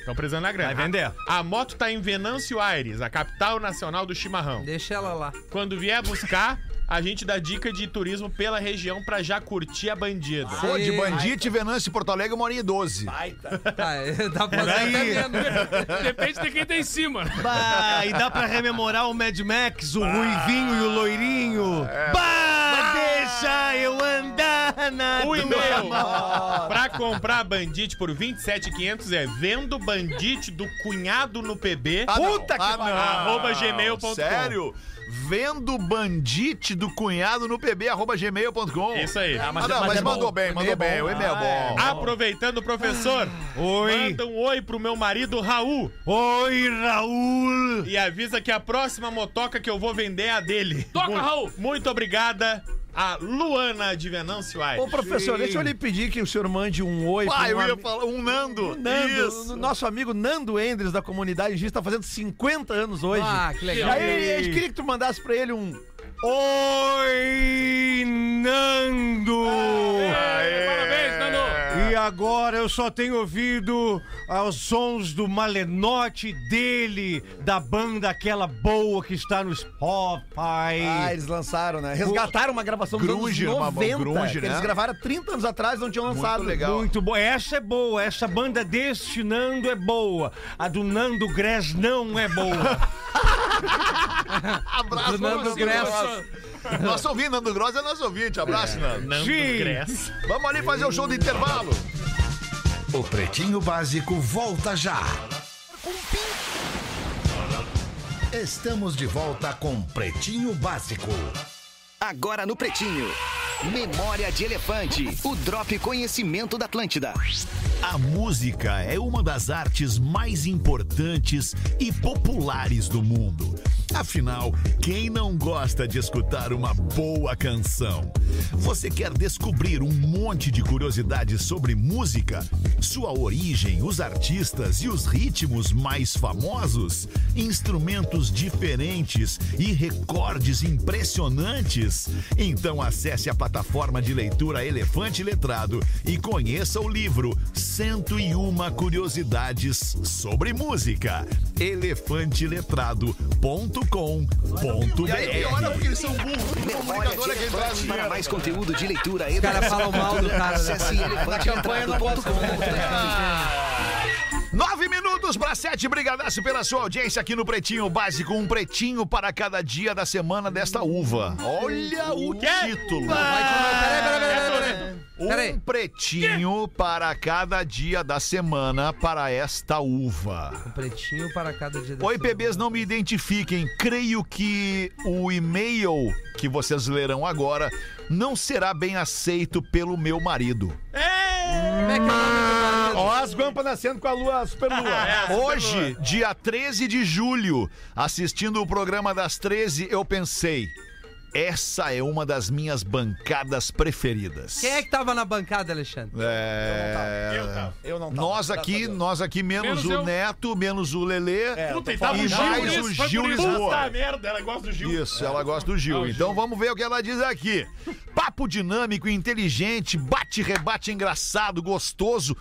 Speaker 7: Estão precisando na grana.
Speaker 9: Vai vender.
Speaker 7: A, a moto tá em Venâncio Aires, a capital nacional do chimarrão.
Speaker 8: Deixa ela lá.
Speaker 7: Quando vier buscar, a gente dá dica de turismo pela região pra já curtir a bandida.
Speaker 4: Pô, de
Speaker 8: Aí,
Speaker 4: Bandit, Venâncio, Porto Alegre, Morinha 12.
Speaker 8: Tá, é, dá pra fazer até menos.
Speaker 5: Depende de quem tem em cima.
Speaker 9: Bah, e dá pra rememorar o Mad Max, o ruivinho e o loirinho.
Speaker 7: É.
Speaker 9: Bah, deixa eu andar na
Speaker 7: O e-mail
Speaker 9: tua-
Speaker 7: pra comprar Bandit por 27,500 é vendo Bandit do cunhado no PB.
Speaker 9: Ah,
Speaker 4: Puta que
Speaker 7: pariu. Arroba gmail.com.
Speaker 4: Ah, Sério? Vendo bandite do cunhado no pb arroba gmail.com.
Speaker 7: Isso aí.
Speaker 4: Ah, mas, mas mandou bem, mandou bem. O e-mail é
Speaker 7: Ah,
Speaker 4: bom.
Speaker 7: Aproveitando, professor,
Speaker 9: Oi.
Speaker 7: manda um oi pro meu marido Raul
Speaker 9: Oi, Raul.
Speaker 7: e avisa que a próxima motoca que eu vou vender é a dele.
Speaker 5: Toca,
Speaker 7: muito,
Speaker 5: Raul.
Speaker 7: Muito obrigada a Luana de Venâncio Aires.
Speaker 6: Ô, professor, deixa eu lhe pedir que o senhor mande um oi
Speaker 4: Ah,
Speaker 6: pra um
Speaker 4: eu ia
Speaker 6: ami-
Speaker 4: falar um Nando.
Speaker 6: Nando,
Speaker 4: Isso.
Speaker 6: nosso amigo Nando Endres da comunidade Giz tá fazendo 50 anos hoje.
Speaker 8: Ah, que
Speaker 6: e
Speaker 8: legal.
Speaker 6: aí a gente queria que tu mandasse pra ele um
Speaker 9: Oi, Nando.
Speaker 5: Aê, Parabéns, Nando.
Speaker 6: Ah.
Speaker 9: E agora eu só tenho ouvido aos sons do malenote dele, da banda aquela boa que está no Spotify.
Speaker 6: Ah, eles lançaram, né? Resgataram uma gravação dos
Speaker 4: Grunge,
Speaker 6: anos
Speaker 4: uma-
Speaker 6: 90,
Speaker 4: grunge,
Speaker 6: que eles
Speaker 4: né?
Speaker 6: gravaram 30 anos atrás e não tinham lançado.
Speaker 4: Muito legal.
Speaker 9: Muito boa. Essa é boa. Essa banda deste Nando é boa. A do Nando Gress não é boa.
Speaker 4: Abraço,
Speaker 8: Nando
Speaker 4: Nando
Speaker 8: Gross.
Speaker 4: Gross. Nosso ouvinte, Nando Gross é nosso ouvinte. Abraço, Nando.
Speaker 7: Nando
Speaker 9: Sim.
Speaker 7: Gress.
Speaker 4: Vamos ali fazer o show do intervalo.
Speaker 2: O Pretinho Básico volta já. Estamos de volta com Pretinho Básico.
Speaker 10: Agora no Pretinho. Memória de Elefante. O Drop Conhecimento da Atlântida.
Speaker 2: A música é uma das artes mais importantes e populares do mundo. Afinal, quem não gosta de escutar uma boa canção? Você quer descobrir um monte de curiosidades sobre música, sua origem, os artistas e os ritmos mais famosos, instrumentos diferentes e recordes impressionantes? Então acesse a plataforma de leitura Elefante Letrado e conheça o livro 101 Curiosidades sobre Música. elefanteletrado.com.br www.comunicadora.com.br.
Speaker 4: porque eles são burros.
Speaker 10: Memória de Elefante. Para mais conteúdo de leitura e
Speaker 8: cara falam mal do cara, né?
Speaker 10: Acesse elefante.com.br.
Speaker 4: Nove minutos para sete. Brigadaço pela sua audiência aqui no Pretinho Básico. Um pretinho para cada dia da semana desta uva. Olha o título.
Speaker 8: Ah, Peraí, peraí, peraí, peraí, peraí. Peraí.
Speaker 4: Um pretinho para cada dia da semana para esta
Speaker 9: Ah.
Speaker 4: uva.
Speaker 8: Um Pretinho para cada dia da
Speaker 4: Oi,
Speaker 8: semana.
Speaker 4: bebês, não me identifiquem. Creio que o e-mail que vocês lerão agora não será bem aceito pelo meu marido.
Speaker 8: Como é que é o nome do
Speaker 9: Ó, as guampas nascendo com a lua, a super
Speaker 8: É.
Speaker 9: lua.
Speaker 4: Hoje, dia 13 de julho, assistindo o programa das 13, eu pensei. Essa é uma das minhas bancadas preferidas.
Speaker 8: Quem é que tava na bancada, Alexandre?
Speaker 4: É...
Speaker 6: Eu Tá não
Speaker 4: Nós aqui, nós aqui, menos,
Speaker 5: Menos
Speaker 4: o
Speaker 5: eu.
Speaker 4: Neto, menos o Lelê.
Speaker 7: É,
Speaker 5: Puta, e tava
Speaker 4: E
Speaker 5: o Gil,
Speaker 4: mais
Speaker 5: isso,
Speaker 4: o
Speaker 5: foi por
Speaker 4: Gil
Speaker 5: isso.
Speaker 4: Lisboa.
Speaker 5: Puta merda, ela gosta do Gil.
Speaker 4: Isso, ela gosta do
Speaker 5: Ah,
Speaker 4: Gil.
Speaker 5: o
Speaker 4: Então
Speaker 5: Gil.
Speaker 4: vamos ver o que ela diz aqui. Papo dinâmico, inteligente, bate, rebate, engraçado, gostoso.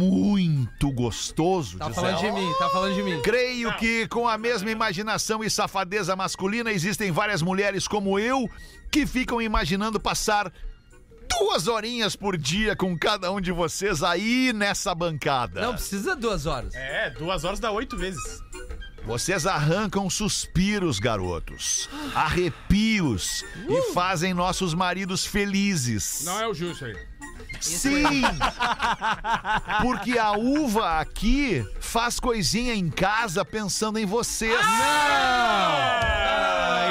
Speaker 4: Muito gostoso.
Speaker 8: Tá
Speaker 4: diz
Speaker 8: falando
Speaker 4: ela.
Speaker 8: de mim, tá falando de mim.
Speaker 4: Creio que com a mesma imaginação e safadeza masculina existem várias mulheres como eu que ficam imaginando passar duas horinhas por dia com cada um de vocês aí nessa bancada.
Speaker 8: Não precisa duas horas.
Speaker 7: É, duas horas dá oito vezes.
Speaker 4: Vocês arrancam suspiros, garotos, arrepios e fazem nossos maridos felizes.
Speaker 5: Não é o Gil isso aí.
Speaker 4: Sim! Porque a uva aqui faz coisinha em casa pensando em vocês.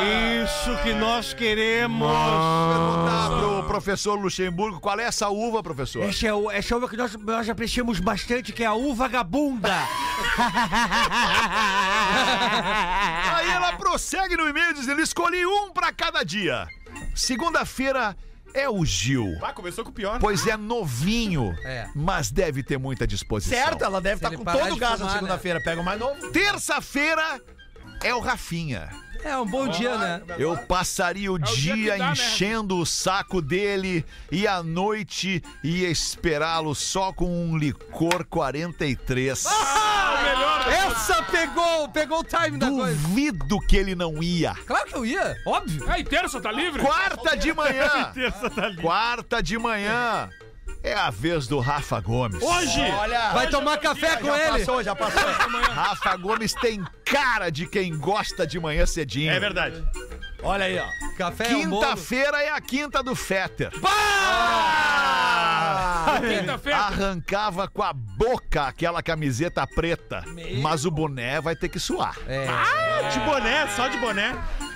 Speaker 9: É isso que nós queremos.
Speaker 4: perguntar pro professor Luxemburgo qual é essa uva, professor?
Speaker 9: Essa é, o- essa é uma que nós, nós apreciamos bastante, que é a uva vagabunda.
Speaker 8: É.
Speaker 4: Aí ela prossegue no e-mail dizendo: escolhi um pra cada dia. Segunda-feira é o Gil.
Speaker 7: Ah, começou com o pior.
Speaker 4: Pois é novinho,
Speaker 8: É.
Speaker 4: mas deve ter muita disposição.
Speaker 6: Certo, ela deve
Speaker 8: Se
Speaker 6: estar
Speaker 8: ele
Speaker 6: com
Speaker 8: parar
Speaker 6: todo o
Speaker 8: de
Speaker 6: gás na
Speaker 8: fumar, né?
Speaker 6: segunda-feira. Pega o mais novo.
Speaker 4: Terça-feira é o Rafinha.
Speaker 8: É um bom dia, né?
Speaker 4: Eu passaria o
Speaker 5: dia
Speaker 4: dia
Speaker 5: que dá, né?
Speaker 4: enchendo o saco dele e à noite ia esperá-lo só com um licor 43.
Speaker 5: Ah,
Speaker 8: Essa pegou, pegou o time da coisa.
Speaker 4: Duvido que ele não ia.
Speaker 8: Claro que eu ia, óbvio.
Speaker 5: Aí, terça, tá livre?
Speaker 4: Quarta de manhã.
Speaker 5: tá
Speaker 4: Quarta de manhã. É a vez do Rafa Gomes.
Speaker 5: Hoje!
Speaker 6: Olha,
Speaker 8: Vai tomar café com
Speaker 6: já
Speaker 8: ele.
Speaker 6: passou, já passou.
Speaker 4: Rafa Gomes tem cara de quem gosta de manhã cedinho.
Speaker 7: É verdade.
Speaker 6: Olha aí, ó.
Speaker 8: Café é um bolo.
Speaker 4: Quinta-feira é a quinta do Fetter. Ah!
Speaker 5: Quinta-feira.
Speaker 4: Arrancava com a boca aquela camiseta preta. Mas o boné vai ter que suar.
Speaker 8: É.
Speaker 7: De boné, só de boné.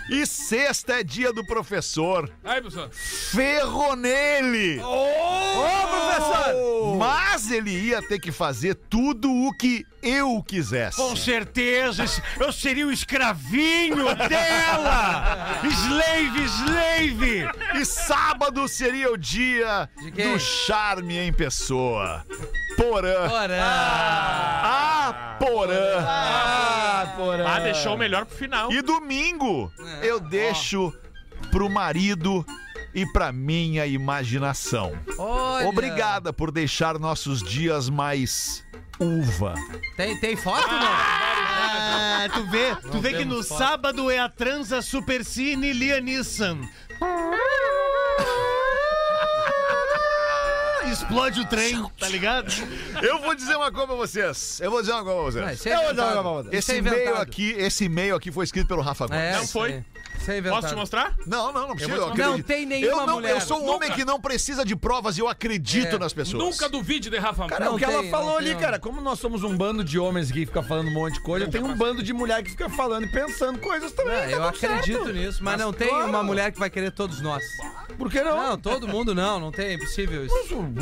Speaker 4: E sexta é dia do professor.
Speaker 5: Aí, pessoal.
Speaker 4: Ferro nele!
Speaker 9: Oh!
Speaker 8: Ô, professor!
Speaker 4: Mas ele ia ter que fazer tudo o que eu quisesse.
Speaker 9: Com certeza, es- eu seria o escravinho dela! Slave, slave!
Speaker 4: E sábado seria o dia
Speaker 8: quem?
Speaker 4: do charme em pessoa. Porã.
Speaker 8: Ora!
Speaker 4: Ah, Porã.
Speaker 7: Ah, deixou o melhor pro final.
Speaker 4: E domingo eu deixo pro marido e pra minha imaginação.
Speaker 8: Olha.
Speaker 4: Obrigada por deixar nossos dias mais uva.
Speaker 8: Tem, tem foto, não?
Speaker 9: Ah, tu vê, tu vê que no
Speaker 8: temos foto.
Speaker 9: sábado é a transa Supercine Lia Nissan. Explode o trem, tá ligado?
Speaker 4: Eu vou dizer uma coisa pra vocês. Eu vou dizer uma coisa pra vocês.
Speaker 8: Não, isso é inventado. Isso
Speaker 4: Esse
Speaker 8: é
Speaker 4: e-mail
Speaker 8: inventado.
Speaker 4: aqui, esse e-mail aqui foi escrito pelo Rafa Gomes.
Speaker 8: É,
Speaker 7: Não
Speaker 8: isso
Speaker 7: foi.
Speaker 8: aí. Isso é inventado.
Speaker 7: Posso te mostrar?
Speaker 4: Não, não, não precisa.
Speaker 7: Eu
Speaker 4: Eu
Speaker 7: vou te-
Speaker 4: acredito.
Speaker 8: Não tem nenhuma
Speaker 4: eu não,
Speaker 8: mulher.
Speaker 4: Eu sou um
Speaker 5: Nunca.
Speaker 4: homem que não precisa de provas e eu acredito nas pessoas.
Speaker 5: Nunca duvide de Rafa
Speaker 6: Cara,
Speaker 8: Não
Speaker 6: o que ela
Speaker 8: tem,
Speaker 6: falou
Speaker 8: não
Speaker 6: ali,
Speaker 8: tem.
Speaker 6: cara, como nós somos um bando de homens que fica falando um monte de coisa, tem um bando de mulher que fica falando e pensando coisas também.
Speaker 8: Ah,
Speaker 6: tá
Speaker 8: eu
Speaker 6: tudo certo.
Speaker 8: acredito nisso, mas, não tem
Speaker 6: claro.
Speaker 8: uma mulher que vai querer todos nós.
Speaker 6: Por que não?
Speaker 8: Não, todo mundo não, não tem, é impossível isso.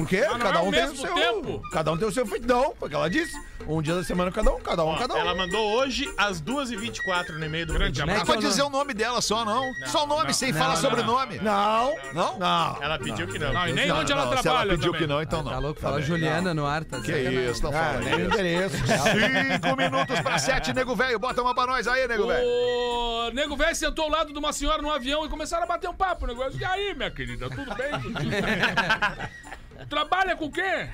Speaker 6: Por quê?
Speaker 5: não é
Speaker 6: Cada
Speaker 5: ao
Speaker 6: um tem o
Speaker 5: mesmo
Speaker 6: seu.
Speaker 5: tempo.
Speaker 6: Cada um tem o seu feito. Não, foi o que ela disse. Um dia da semana cada um, cada um,
Speaker 7: Ó,
Speaker 6: cada um.
Speaker 7: Ela mandou hoje às 2h24 no e-mail do Grande
Speaker 8: abraço.
Speaker 4: Não pode dizer o nome dela só, não. só o nome, sem falar sobrenome.
Speaker 6: Não,
Speaker 4: Não?
Speaker 6: não.
Speaker 7: Ela pediu que não.
Speaker 5: Não, e nem
Speaker 4: Não,
Speaker 5: onde
Speaker 4: não,
Speaker 5: ela
Speaker 4: se
Speaker 5: trabalha.
Speaker 4: ela pediu
Speaker 5: também.
Speaker 4: que não, então
Speaker 8: Tá
Speaker 4: não.
Speaker 8: louco, fala Juliana no ar, tá
Speaker 4: Que isso, não
Speaker 6: Ah,
Speaker 4: fala
Speaker 6: nem o
Speaker 4: isso.
Speaker 6: endereço.
Speaker 4: Cinco minutos pra sete, nego velho. Bota uma pra nós aí, nego velho.
Speaker 5: O nego velho sentou ao lado de uma senhora no avião e começaram a bater um papo. O negócio. E aí, minha querida, tudo bem? contigo?" Trabalha com o quê?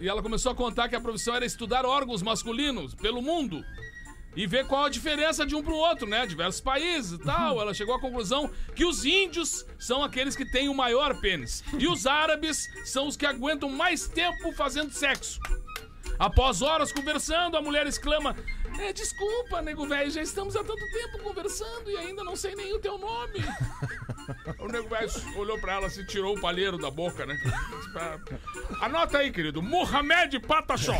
Speaker 5: E ela começou a contar que a profissão era estudar órgãos masculinos pelo mundo. e ver qual a diferença de um pro outro, né? Diversos países e tal. Ela chegou à conclusão que os índios são aqueles que têm o maior pênis e os árabes são os que aguentam mais tempo fazendo sexo. Após horas conversando, a mulher exclama: "É, Desculpa, nego velho, já estamos há tanto tempo conversando e ainda não sei nem o teu nome. o nego velho olhou pra ela assim, tirou o palheiro da boca, né? Anota aí, querido: Mohamed Patachó.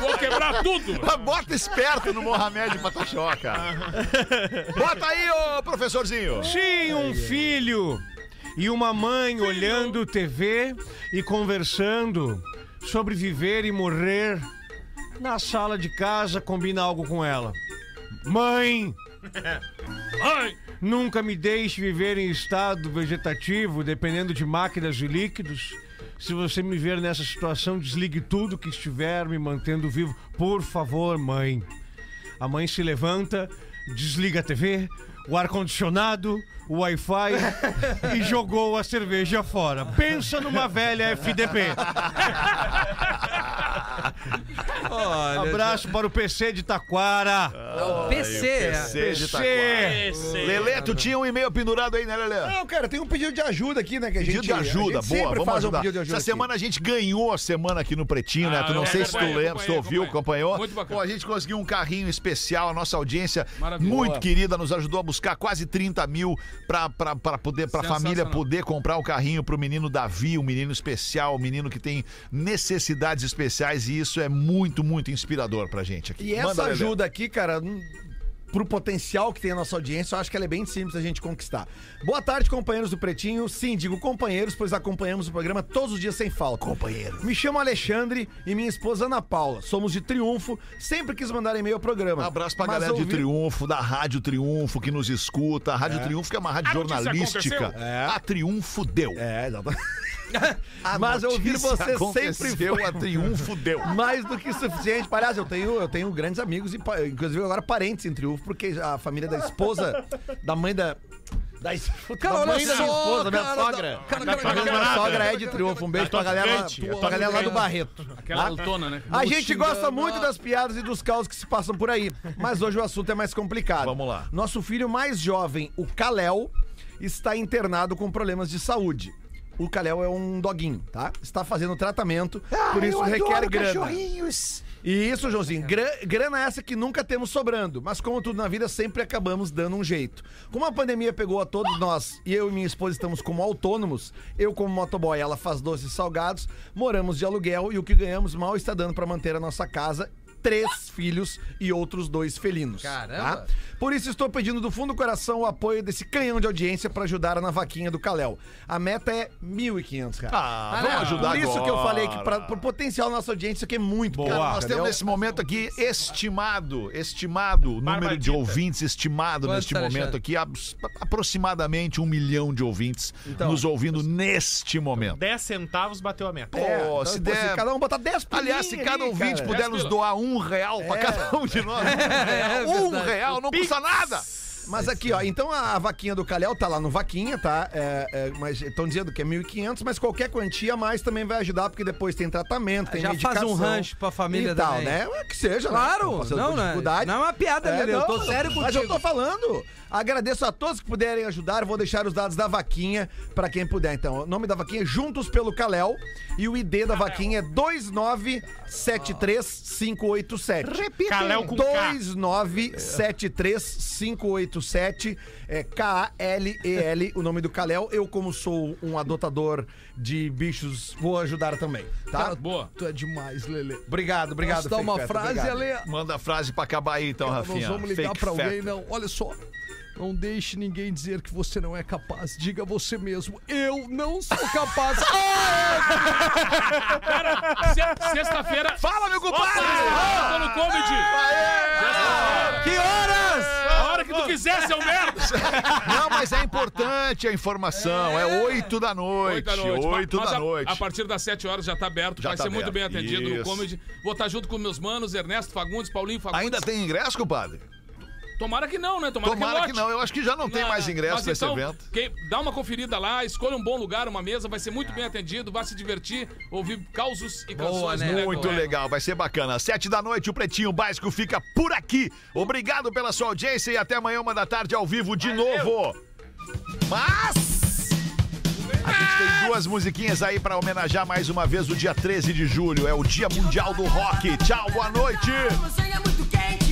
Speaker 5: Vou quebrar tudo.
Speaker 4: Bota esperto no Mohamed Pataxó, cara. Bota aí, ô professorzinho.
Speaker 7: Sim, um filho e uma mãe olhando TV e conversando sobre viver e morrer na sala de casa, combina algo com ela. Mãe,
Speaker 5: Ai,
Speaker 7: nunca me deixe viver em estado vegetativo, dependendo de máquinas e líquidos. Se você me ver nessa situação, desligue tudo que estiver me mantendo vivo. Por favor, mãe. A mãe se levanta, desliga a TV, o ar-condicionado, o Wi-Fi e jogou a cerveja fora. Pensa numa velha FDP. Abraço para o PC de Taquara.
Speaker 8: o PC. é.
Speaker 4: Seja, tá claro. Lelê, tu tinha um e-mail pendurado aí, né, Lelê?
Speaker 6: Não, cara, tem um pedido de ajuda aqui, né? Que a
Speaker 4: Pedido
Speaker 6: gente,
Speaker 4: de ajuda,
Speaker 6: a gente
Speaker 4: boa,
Speaker 6: sempre
Speaker 4: vamos
Speaker 6: faz um
Speaker 4: ajudar.
Speaker 6: pedido de ajuda
Speaker 4: Essa
Speaker 6: aqui.
Speaker 4: semana a gente ganhou a semana aqui no Pretinho, né?
Speaker 5: Ah,
Speaker 4: Tu não
Speaker 5: eu
Speaker 4: sei se tu
Speaker 5: acompanhei,
Speaker 4: lembra, se tu
Speaker 5: acompanhei,
Speaker 4: ouviu, acompanhou.
Speaker 5: Muito bacana.
Speaker 4: Pô, a gente conseguiu um carrinho especial, a nossa audiência
Speaker 5: Maravilhoso.
Speaker 4: muito querida, nos ajudou a buscar quase 30 mil pra, pra, pra poder, pra
Speaker 5: Sensacional.
Speaker 4: família poder comprar o carrinho pro menino Davi, um menino especial, um menino que tem necessidades especiais e isso é muito, muito inspirador pra gente aqui.
Speaker 6: E essa
Speaker 4: Manda, Lelê.
Speaker 6: ajuda aqui, cara, hum, pro potencial que tem a nossa audiência, eu acho que ela é bem simples a gente conquistar. Boa tarde, companheiros do Pretinho. Sim, digo companheiros, pois acompanhamos o programa todos os dias sem falta. Companheiro. Me chamo Alexandre e minha esposa Ana Paula. Somos de Triunfo. Sempre quis mandar e-mail ao programa.
Speaker 4: Um abraço pra
Speaker 6: Mas
Speaker 4: galera de
Speaker 6: ouvi-
Speaker 4: Triunfo, da Rádio Triunfo, que nos escuta. A Rádio Triunfo que é uma rádio
Speaker 5: A notícia
Speaker 4: jornalística.
Speaker 5: aconteceu.
Speaker 4: A Triunfo deu.
Speaker 6: É, exatamente. Mas eu ouvir você sempre
Speaker 4: Aconteceu,
Speaker 6: foi
Speaker 4: a Triunfo deu.
Speaker 6: mais do que suficiente. Aliás, eu tenho, eu tenho grandes amigos, e pa- inclusive agora parentes em Triunfo, porque a família da esposa, da mãe da. Da, es-
Speaker 8: Cara,
Speaker 6: da
Speaker 8: olha
Speaker 6: mãe da minha
Speaker 8: só,
Speaker 6: esposa, minha
Speaker 8: cara,
Speaker 6: sogra.
Speaker 8: da- cara, cara,
Speaker 6: A
Speaker 8: cara,
Speaker 6: minha
Speaker 8: cara,
Speaker 6: sogra
Speaker 8: cara,
Speaker 6: é de
Speaker 8: cara,
Speaker 6: triunfo. Um beijo pra galera, lá- pra galera lá do Barreto. Tá?
Speaker 5: aquela altona, né?
Speaker 6: A gente gosta muito das piadas e dos caos que se passam por aí, mas hoje o assunto é mais complicado.
Speaker 4: Vamos lá.
Speaker 6: Nosso filho mais jovem, o Kalel, está internado com problemas de saúde. O Kalel é um doguinho, tá? Está fazendo tratamento, por isso requer grana. E isso,
Speaker 4: É.
Speaker 6: Joãozinho, gra- grana essa que nunca temos sobrando, mas como tudo na vida, sempre acabamos dando um jeito. Como a pandemia pegou a todos nós e eu e minha esposa estamos como autônomos, eu como motoboy, ela faz doces salgados, moramos de aluguel e o que ganhamos mal está dando para manter a nossa casa, três filhos e outros dois felinos.
Speaker 8: Caramba.
Speaker 6: tá? Por isso estou pedindo do fundo do coração o apoio desse canhão de audiência para ajudar na vaquinha do Caléu. A meta é R$ 1.500, cara.
Speaker 4: Ah, vamos ajudar
Speaker 6: Por isso
Speaker 4: agora.
Speaker 6: que eu falei que pra, pro potencial da nossa audiência que é muito
Speaker 4: Cara, nós temos nesse momento aqui estimado, estimado, o número de
Speaker 5: Barbadita.
Speaker 4: ouvintes estimado
Speaker 8: Quantos,
Speaker 4: neste
Speaker 8: Alexandre?
Speaker 4: momento aqui, abs- aproximadamente um milhão de ouvintes nos ouvindo neste momento.
Speaker 11: 10 centavos bateu a meta.
Speaker 6: É,
Speaker 4: Pô,
Speaker 6: então,
Speaker 4: se
Speaker 6: pô,
Speaker 4: der-
Speaker 6: cada um botar 10
Speaker 4: Aliás, se
Speaker 6: pilinha
Speaker 4: cada
Speaker 6: ali,
Speaker 4: ouvinte
Speaker 6: cara.
Speaker 4: puder
Speaker 5: Dez
Speaker 4: nos
Speaker 5: pila.
Speaker 4: doar um real pra cada um de nós, um
Speaker 8: verdade.
Speaker 4: real não custa nada.
Speaker 6: Mas aqui, ó, então a, a vaquinha do Calhau tá lá no Vaquinha, tá? É, é, mas estão dizendo que é 1.500, mas qualquer quantia a mais também vai ajudar, porque depois tem tratamento, tem
Speaker 8: Já faz
Speaker 6: medicação.
Speaker 8: um rancho pra família
Speaker 6: e tal,
Speaker 8: também.
Speaker 6: né? É Que seja, né? Tão
Speaker 8: Claro,
Speaker 6: passando
Speaker 8: não,
Speaker 6: por
Speaker 8: né?
Speaker 6: dificuldade.
Speaker 8: Não é uma piada,
Speaker 6: É,
Speaker 8: Lelê. Eu tô
Speaker 6: não,
Speaker 8: sério contigo.
Speaker 6: Mas eu tô falando. Agradeço a todos que puderem ajudar. Vou deixar os dados da vaquinha pra quem puder. Então, o nome da vaquinha é Juntos pelo Caléu e o ID da vaquinha é 2973587. Repita.
Speaker 11: Caléu com K.
Speaker 6: 2973587 é K L E L, o nome do Caléu. Eu como sou um adotador de bichos, vou ajudar também, tá?
Speaker 5: Cara, boa.
Speaker 3: Tu é demais, Lelê.
Speaker 6: Obrigado, obrigado.
Speaker 3: Então, Posso dar uma
Speaker 6: Felipe Fetter,
Speaker 3: frase,
Speaker 6: obrigado.
Speaker 3: Lelê?
Speaker 4: Manda a frase pra acabar aí então, Rafinha.
Speaker 3: Nós vamos ligar
Speaker 4: Fake
Speaker 3: pra alguém,
Speaker 4: fact.
Speaker 3: não. Olha só. Não deixe ninguém dizer que você não é capaz. Diga você mesmo. Eu não sou capaz. Ah,
Speaker 5: Se- Sexta-feira.
Speaker 4: Fala, meu compadre!
Speaker 5: Ah, tô no comedy. Sexta-feira.
Speaker 8: Que horas?
Speaker 5: A hora que tu quiser, seu merda.
Speaker 4: Não, mas é importante a informação. É oito da noite. Oito
Speaker 5: Mas
Speaker 4: da
Speaker 5: a-
Speaker 4: noite.
Speaker 5: A, partir das 7 horas já tá aberto.
Speaker 4: Já
Speaker 5: vai
Speaker 4: tá
Speaker 5: ser muito bem
Speaker 4: aberto.
Speaker 5: atendido
Speaker 4: Isso.
Speaker 5: tá no comedy. Vou estar junto com meus manos, Ernesto Fagundes, Paulinho Fagundes.
Speaker 4: Ainda tem ingresso, compadre?
Speaker 5: Tomara que não, né? Tomara,
Speaker 4: Tomara que
Speaker 5: lote.
Speaker 4: não, eu acho que já não tem
Speaker 5: Não,
Speaker 4: mais
Speaker 5: não.
Speaker 4: ingresso
Speaker 5: Mas
Speaker 4: nesse
Speaker 5: então,
Speaker 4: evento.
Speaker 5: quem- dá uma conferida lá, escolha um bom lugar, uma mesa, vai ser muito bem atendido, vai se divertir, ouvir causos e canções.
Speaker 8: né?
Speaker 5: do Leco
Speaker 4: Muito
Speaker 5: Leco.
Speaker 4: legal, vai ser bacana. Sete da noite, o Pretinho Básico fica por aqui. Obrigado pela sua audiência e até amanhã, uma da tarde, ao vivo de novo. Mas... A gente tem duas musiquinhas aí pra homenagear mais uma vez o dia 13 de julho. É o Dia Mundial do Rock. Tchau, boa noite!
Speaker 12: Você é muito quente.